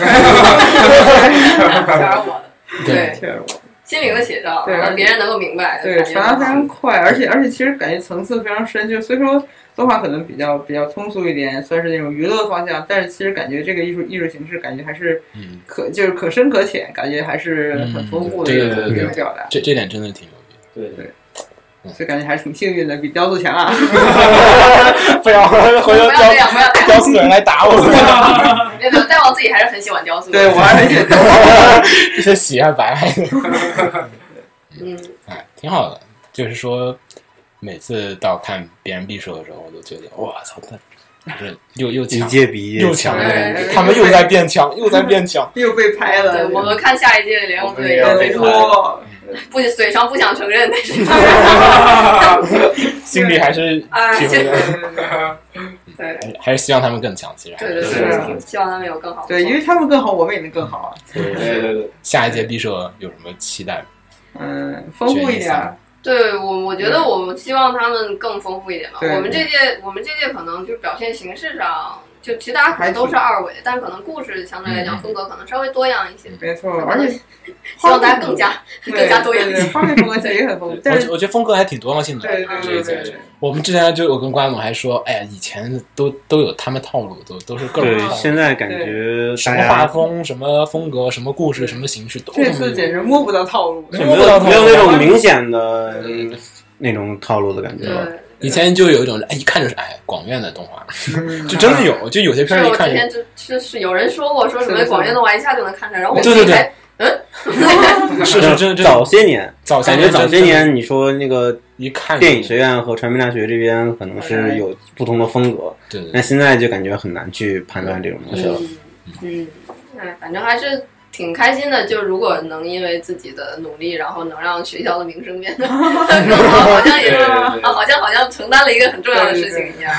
全是我的。对对，确实，心灵的写照，啊对让别人能够明白，对，传传达非常快，而且而且其实感觉层次非常深，就是虽说动画可能比较比较通俗一点，算是那种娱乐方向，但是其实感觉这个艺术艺术形式感觉还是嗯可就是可深可浅，感觉还是很丰富的嗯一对个对一对个表达，这这点真的挺牛逼的。对对，所以感觉还是挺幸运的，比雕塑强啊。不要回头不回头要这雕样，不雕要这样，塑的人来打 我，没有没有，但我自己还是很喜欢雕塑。 对我还是这喜爱白爱的，嗯，哎，挺好的。就是说，每次到看别人匕首的时候，我都觉得，我操，他就是又又一强届比一届又强了的哎对人，他们又在变强，又在变 强。又被拍对了，我们看下一届联盟队我们也要也被是拍多不嘴上不想承认， 但是心里还是啊，体就会对的，对还是希望他们更强。其实还是对是啊对，希望他们有更好的对，因为他们更好，我们也能更好啊，对对对对，下一届毕设有什么期待吗？嗯，丰富一决点赛儿，对我，我觉得我们希望他们更丰富一点吧。对我们这届，我们这届可能就表现形式上，就其实大家可能都是二维，但可能故事相对来嗯讲风格可能稍微多样一些，没错，嗯而且希望大家更加更加多样一对，对些。画面风格其实也很丰 富，我但觉是我觉得风格还挺多样性的。对嗯这一对对届对，我们之前就我跟瓜总还说，哎呀，以前都都有他们套路，都都是各种对套，路，现在感觉什大么画家风、什么风格、什么故事、什么形式都这他妈次有简直摸不到套路， 就对没摸不到有头没有那种发明显的对对那种套路的感觉对，嗯了。以前就有一种，哎，一看就是哎，广院的动画，嗯就真的有，就有些是片儿一我看之就前就是是有人说过，说什么是是广电动画一下就能看出来，然后我对自己对还是是真的真早的些年，早些感觉年早真些真年你说那个一看就电影学院和传媒大学这边可能是有不同的风格，对对那对现在就感觉很难去判断这种东西了。嗯嗯，哎，反正还是挺开心的。就如果能因为自己的努力，然后能让学校的名声变得更好，好像也是对对啊对，好像好像承担了一个很重要的事情一样。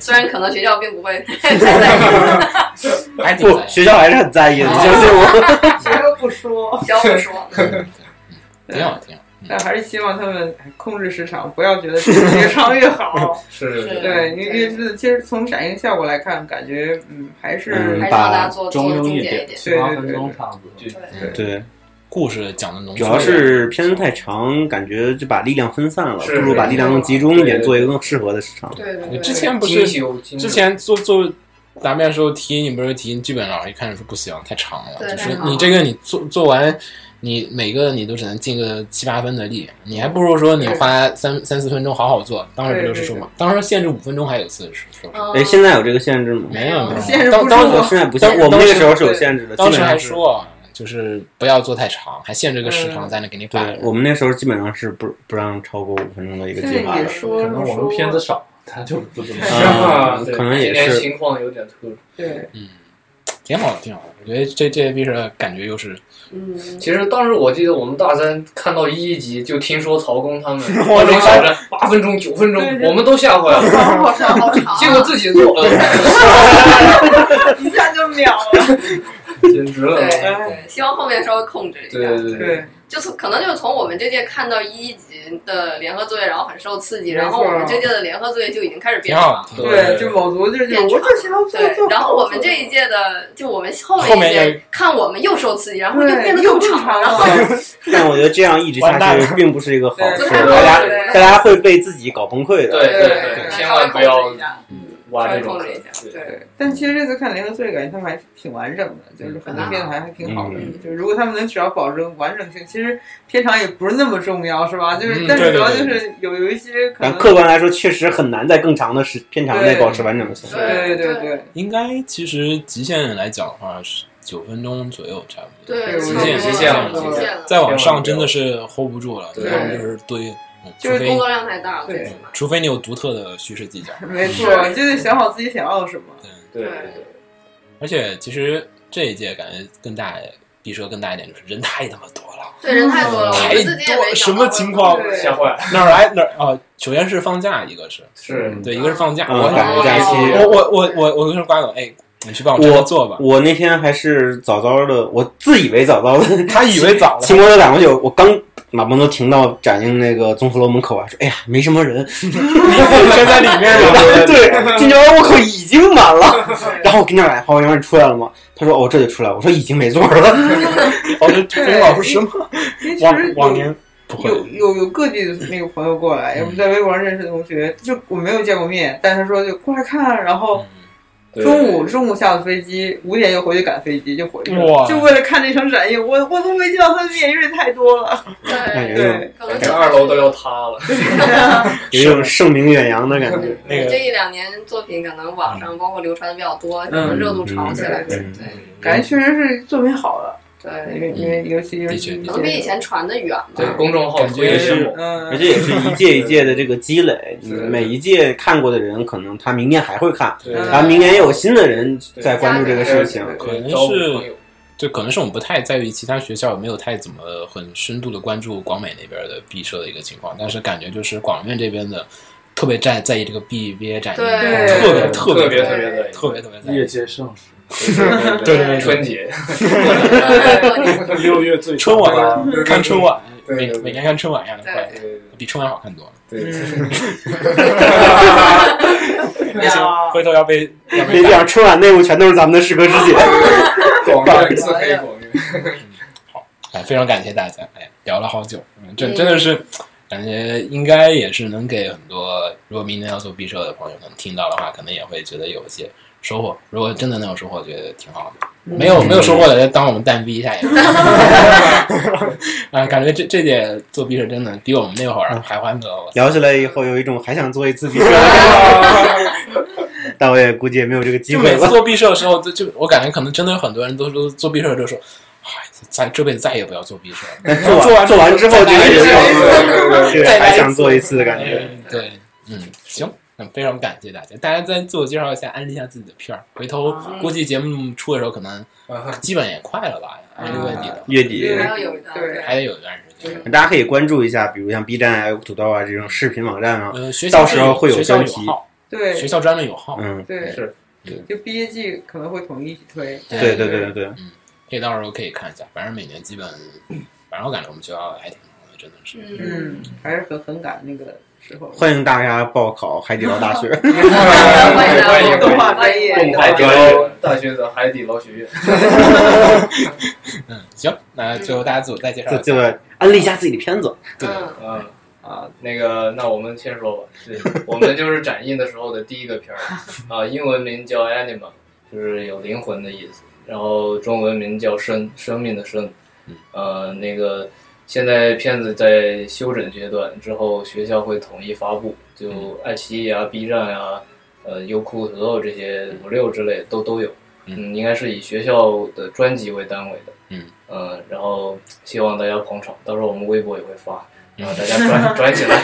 虽然可能学校并不会 太在意，还 挺不，学校还是很在意的，你相信我。谁都不说，只要不 说，对对对嗯挺好挺好。但还是希望他们控制市场，不要觉得越唱越好。是是是，对，因为是其实从展映效果来看，感觉嗯还是嗯还是让大家做中做庸经一典一点，点。七八分钟差不多。嗯对，故事讲的浓缩主一点，要是片太长，感觉就把力量分散了，是不如把力量更集中一点，对做一个更适合的市场。对对之对，前不是精修嗯精之前做做答辩的时候提，你不是提剧本，老师一看就说不行，太长了，对就是太长了你这个你做做完，你每个你都只能尽个七八分的力，你还不如说你花三三四分钟好好做。当时不就是说嘛，当时限制五分钟还有四十说嗯哎，现在有这个限制吗？没有没限有，制当不住当嗯我时现在不限，当我们那当个时时候是有限制的，基当本时上还是。说就是不要做太长，还限制个时长在那给你摆对，我们那时候基本上是不不让超过五分钟的一个现计在划也的。说可什能么我们片说子，少， 他就不怎么是嗯啊，对可能也今年是情况有点特殊。 对， 嗯挺好的，挺好的。我觉得这这毕设感觉又是嗯，其实当时我记得我们大三看到一集就听说曹公他们我八的种妈挑战八分钟九分钟对，对我们都吓坏了，好长啊好长，结果自己做了，一下就秒了。简直了对。哎希望后面稍微控制一对下。对对对，就是可能就是从我们这届看到一级的联合作业，然后很受刺激，没错然后我们这届的联合作业就已经开始挺变好的。长。挺好的对，就某族就是我就想要做对做，，然后我们这一届的，就我们后后面一面届又看我们又受刺激，然后就变对得又更不长，长然后了，但我觉得这样一直完下蛋去并不是一个好对事，不太太好大家对大家会被自己搞崩溃的。对对对对，千稍微万控不制要一下，挖稍这微种控坑制一下，，对。对，但其实这次看联合作业，感觉他们还挺完整的，就是很多嗯片子还还挺好的。嗯就是如果他们能只要保证完整性，其实片长也不是那么重要，是吧？就是，嗯但对是主对要对就是有有一些可但能，客观来说，确实很难在更长的时片长内保持完整性。对对对对，应该其实极限来讲的话是九分钟左右，差不多。对，极差不多限极极限限了，了极限了，再往上真的是 hold 不住了，对要么就是堆，嗯除就是工非嗯作量太大了，对最起码。除非你有独特的叙事技巧。没错，就得想好自己想要什 么。对对而且其实这一届感觉更大，比说更大一点就是人太他妈多了，对人太多了，我太们自己也没多，什想么到情会况？对对，吓坏了， 哪儿来哪儿啊？首先是放假，一个是是对，一个是放哦假。嗯我感觉假期我我我我我跟说瓜总，哎，你去帮我这么做吧。我那天还是早早的，我自以为早早的他以为早了， 骑摩托赶过去，我刚马伯诺停到展映那个综合楼门口啊，说：“哎呀，没什么人， 全在里面啊 了。”对，进去完我靠，已经满了。然后我跟那买，黄洋出来了吗？他说：“哦，这就出来。”我说：“已经没座儿了。” 哦我说：“冯老师什么？因为其往实往年不会有有有各地的那个朋友过来，我们在微博上认识的同学，就我没有见过面，但是说就过来看，啊然嗯后中午中午下了飞机，五点又回去赶飞机，就回去了，哇就为了看这场展映，我我都没见到他的面，人太多了。感对，觉有 对，可能整就个二楼都要塌了。有一种盛名远扬的感觉。那个这一两年作品可能网上包括流传的比较多，可能热度炒起来了。嗯对 感觉确实是作品好了，因对，为因为尤其尤的确其可能比以前传的远吧对。，公众号感觉推也也是猛，嗯而，且也是一届一届的这个积累，你每一届看过的人，可能他明年还会看，对，嗯然后明年又有新的人在关注这个事情。可能招募是朋友就可能是我们不太在意其他学校有没有太怎么很深度的关注广美那边的毕设的一个情况，但是感觉就是广院这边的特别在在意这个毕毕业展，对特别特特别别特别的特别特嗯 别在业意。界盛世，对对对春节对六月最春晚啊对看春晚，对每对对每年看春晚一样的快，对对比春晚好看多了。对嗯行，回头要被要别被这样，春晚内部全都是咱们的师哥师 姐。对，广告自黑广告。哎，非常感谢大家，哎，聊了好久，嗯这真的是感觉应该也是能给很多如果明年要做毕设的朋友，可能听到的话，可能也会觉得有一些收获。如果真的能有收获，觉得挺好的。没有没有收获的，当我们蛋逼一下也行。啊，感觉这这届做毕设真的比我们那会儿还欢乐。我聊起来以后，有一种还想做一次毕设的感 觉，但我也估计也没有这个机就会每次了。做毕设的时之候，后就就我感觉可能真的有很多人都说做毕设就说，哎，咱这辈子再也不要做毕设了。 做完做完之后，这个也有这个还想做一次的感觉。对，嗯，行，那非常感谢大家。大家再自我介绍一下，安利一下自己的片儿。回头估计节目出的时候，可能基本也快了吧，还是月底了，月底对，还要有一个对还得有一段时间。大家可以关注一下，比如像 B 站啊、土豆啊这种视频网站啊，呃，学校到时候会有学校专有题号，对学校专门有号，嗯，对是对就毕业季可能会统一一起推，对对对对对。可以到时候可以看一下。反正每年基本，反正我感觉我们学校还挺忙的，真的是。嗯，嗯，还是很很赶那个时候。欢迎大家报考海底捞大 学。欢迎动画专业，动海底捞大学的海底捞学院，嗯，行，那最后大家自我再介绍这一下。这个安利一下自己的片 子，嗯，嗯啊，那个，那我们先说吧，是我们就是展映的时候的第一个片儿，啊，英文名叫 Anima，就是有灵魂的意思，然后中文名叫生，生命的生，呃，那个现在片子在修整阶段，之后学校会统一发布，就爱奇艺啊、B 站啊、呃优酷、土豆这些五六之类都都有，嗯，应该是以学校的专辑为单位的，嗯呃，然后希望大家捧场，到时候我们微博也会发。然后大家 转转起来，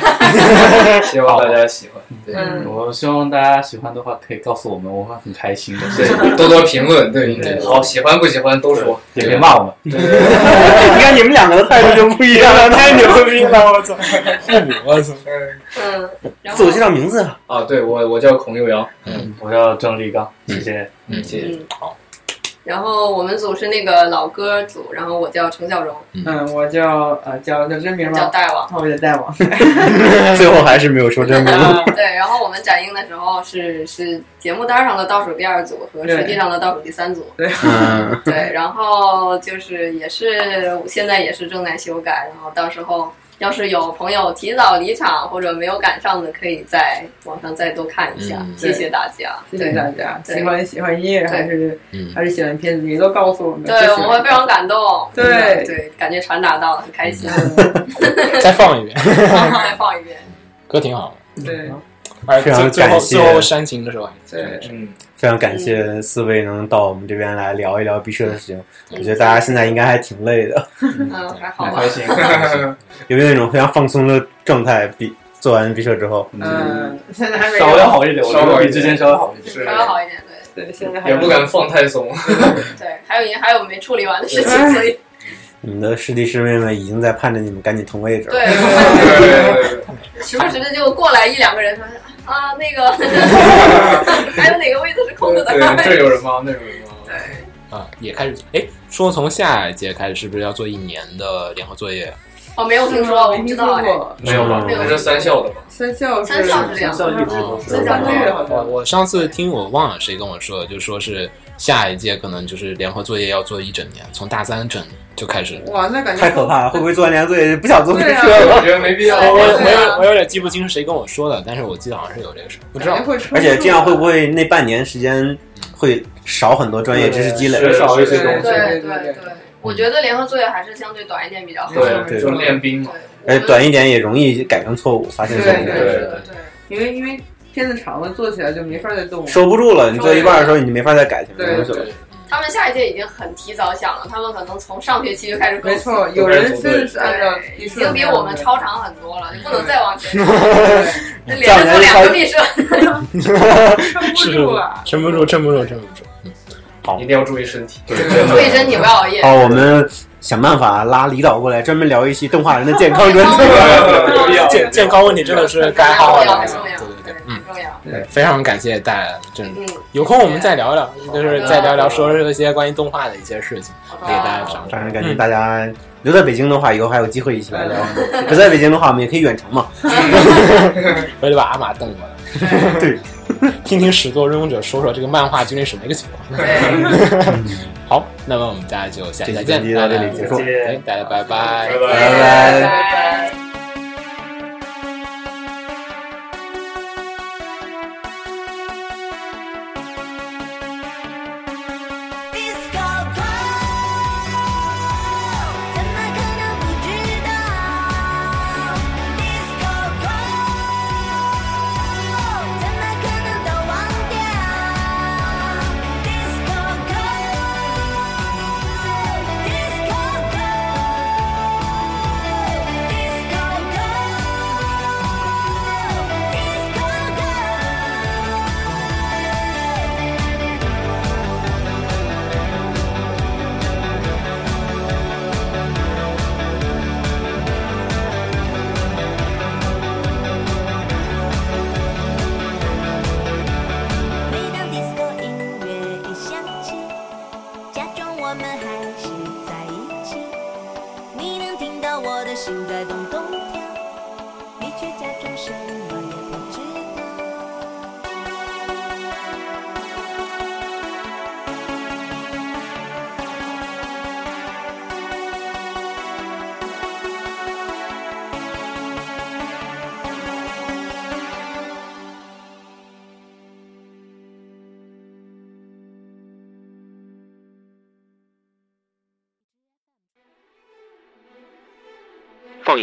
希望大家喜欢。对，嗯我希望大家喜欢的话可以告诉我们，我会很开心的。 对，多多评论，对，对好，喜欢不喜欢都说。也可以骂我们。 哎你看你们两个的态度就不一样了，太牛逼了！我操，我操，嗯，然自后我介绍名字，啊，对我我叫孔佑阳，我叫郑立刚，谢谢。嗯，谢 谢。嗯，然后我们组是那个老歌组，然后我叫程小荣，嗯，我叫呃叫叫真名叫吗？大王。那我叫大王。最后还是没有说真名 字。啊对，然后我们展映的时候是是节目单上的倒数第二组和实际上的倒数第三组，嗯，对， 然后就是也是现在也是正在修改，然后到时候要是有朋友提早离场或者没有赶上的，可以在网上再多看一下，嗯谢谢大家，谢谢大家，对喜欢喜欢音乐还是嗯还是喜欢片子，也都告诉我们。对，我们会非常感动，对嗯对，感觉传达到了，很开 心，嗯再放一遍，再放一遍，歌挺好的。对而非常最最后感谢最后煽情的时候还是对， 嗯，非常感谢嗯四位能到我们这边来聊一聊毕设的事情。嗯我觉得大家现在应该还挺累的， 嗯，还好很吧开，心，很开心。有没有一种非常放松的状态？毕做完毕设之后，嗯，现在还没有稍微好一点，我觉稍微得好一比点之前稍微好一点。是稍微好一点，对。对，现在还也不敢放太松。对，还有您还有没处理完的事情，所以你们的师弟师妹们已经在盼着你们赶紧腾位置了。 对， 对对对时不时的就过来一两个人说啊，那个还有哪个位置是空着的？对，这有人吗？那有人吗？啊，也开始哎，说从下一届开始是不是要做一年的联合作业？ 哦，没有听说，我不知道没哎听。过没有吧？没有那是三校的吧？三校是三校是这样三校一直嗯都是三校三这校个我好像我上次听我忘了谁跟我说的，就说是下一届可能就是联合作业要做一整年，从大三整就开始。哇，那感觉太可怕了，会不会做完年作业不想做这对啊个了？我觉得没必要。对我对我对有我有点记不清是谁跟我说的，但是我记得好像是有这个事儿，不知道感觉会撑而且这样不会住不会那半年时间会少很多专业知识积累？对缺少一些对东西。对对对对对，我觉得联合作业还是相对短一点比较好。对，对就练兵嘛。而且哎短一点也容易改正错误，发现错对误，对对对。因为因为片子长了，做起来就没法再动了。收不住了。你做一半的时候，你就没法再改前面的东西了。他们下一届已经很提早想了，他们可能从上学期就开始构没思，错，有人真的是按照对，一已顺经比序我们超长很多了，就不能再往前，对连着做两个毕设。 撑不是住啊！撑不住，撑不住，撑不住。嗯，一定要注意身体。对，所以真你不要熬夜。好，我们想办法拉李导过来，专门聊一期动画人的健康专 对题。 有必要。健健康问题真的是该好好聊很一重聊。要，对对对，嗯很，重要。对，非常感谢大家，真的嗯，有空我们再聊聊，就是好的再聊聊说说一些关于动画的一些事情，好给大家的，讲反正感觉大家留在北京的话，以后还有机会一起来聊。不在北京的话，我们也可以远程嘛。我就把阿玛瞪过来，对，听听始作俑者说说这个漫画究竟什么一个情况。对，好，那么我们大家就下期这再期见，就到这里大家结束哎大家拜拜。拜拜。拜拜拜。 Disco Go，怎么可能不知道？Disco Go，怎么可能都忘掉？Disco Go，Disco Go，Disco Go，Disco Go。每当 disco 音乐一响起，假装我们还是在一起。你能听到我的心在咚咚跳，你却假装什么也不知道。放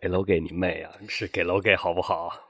给楼给你妹啊！是给楼给好不好？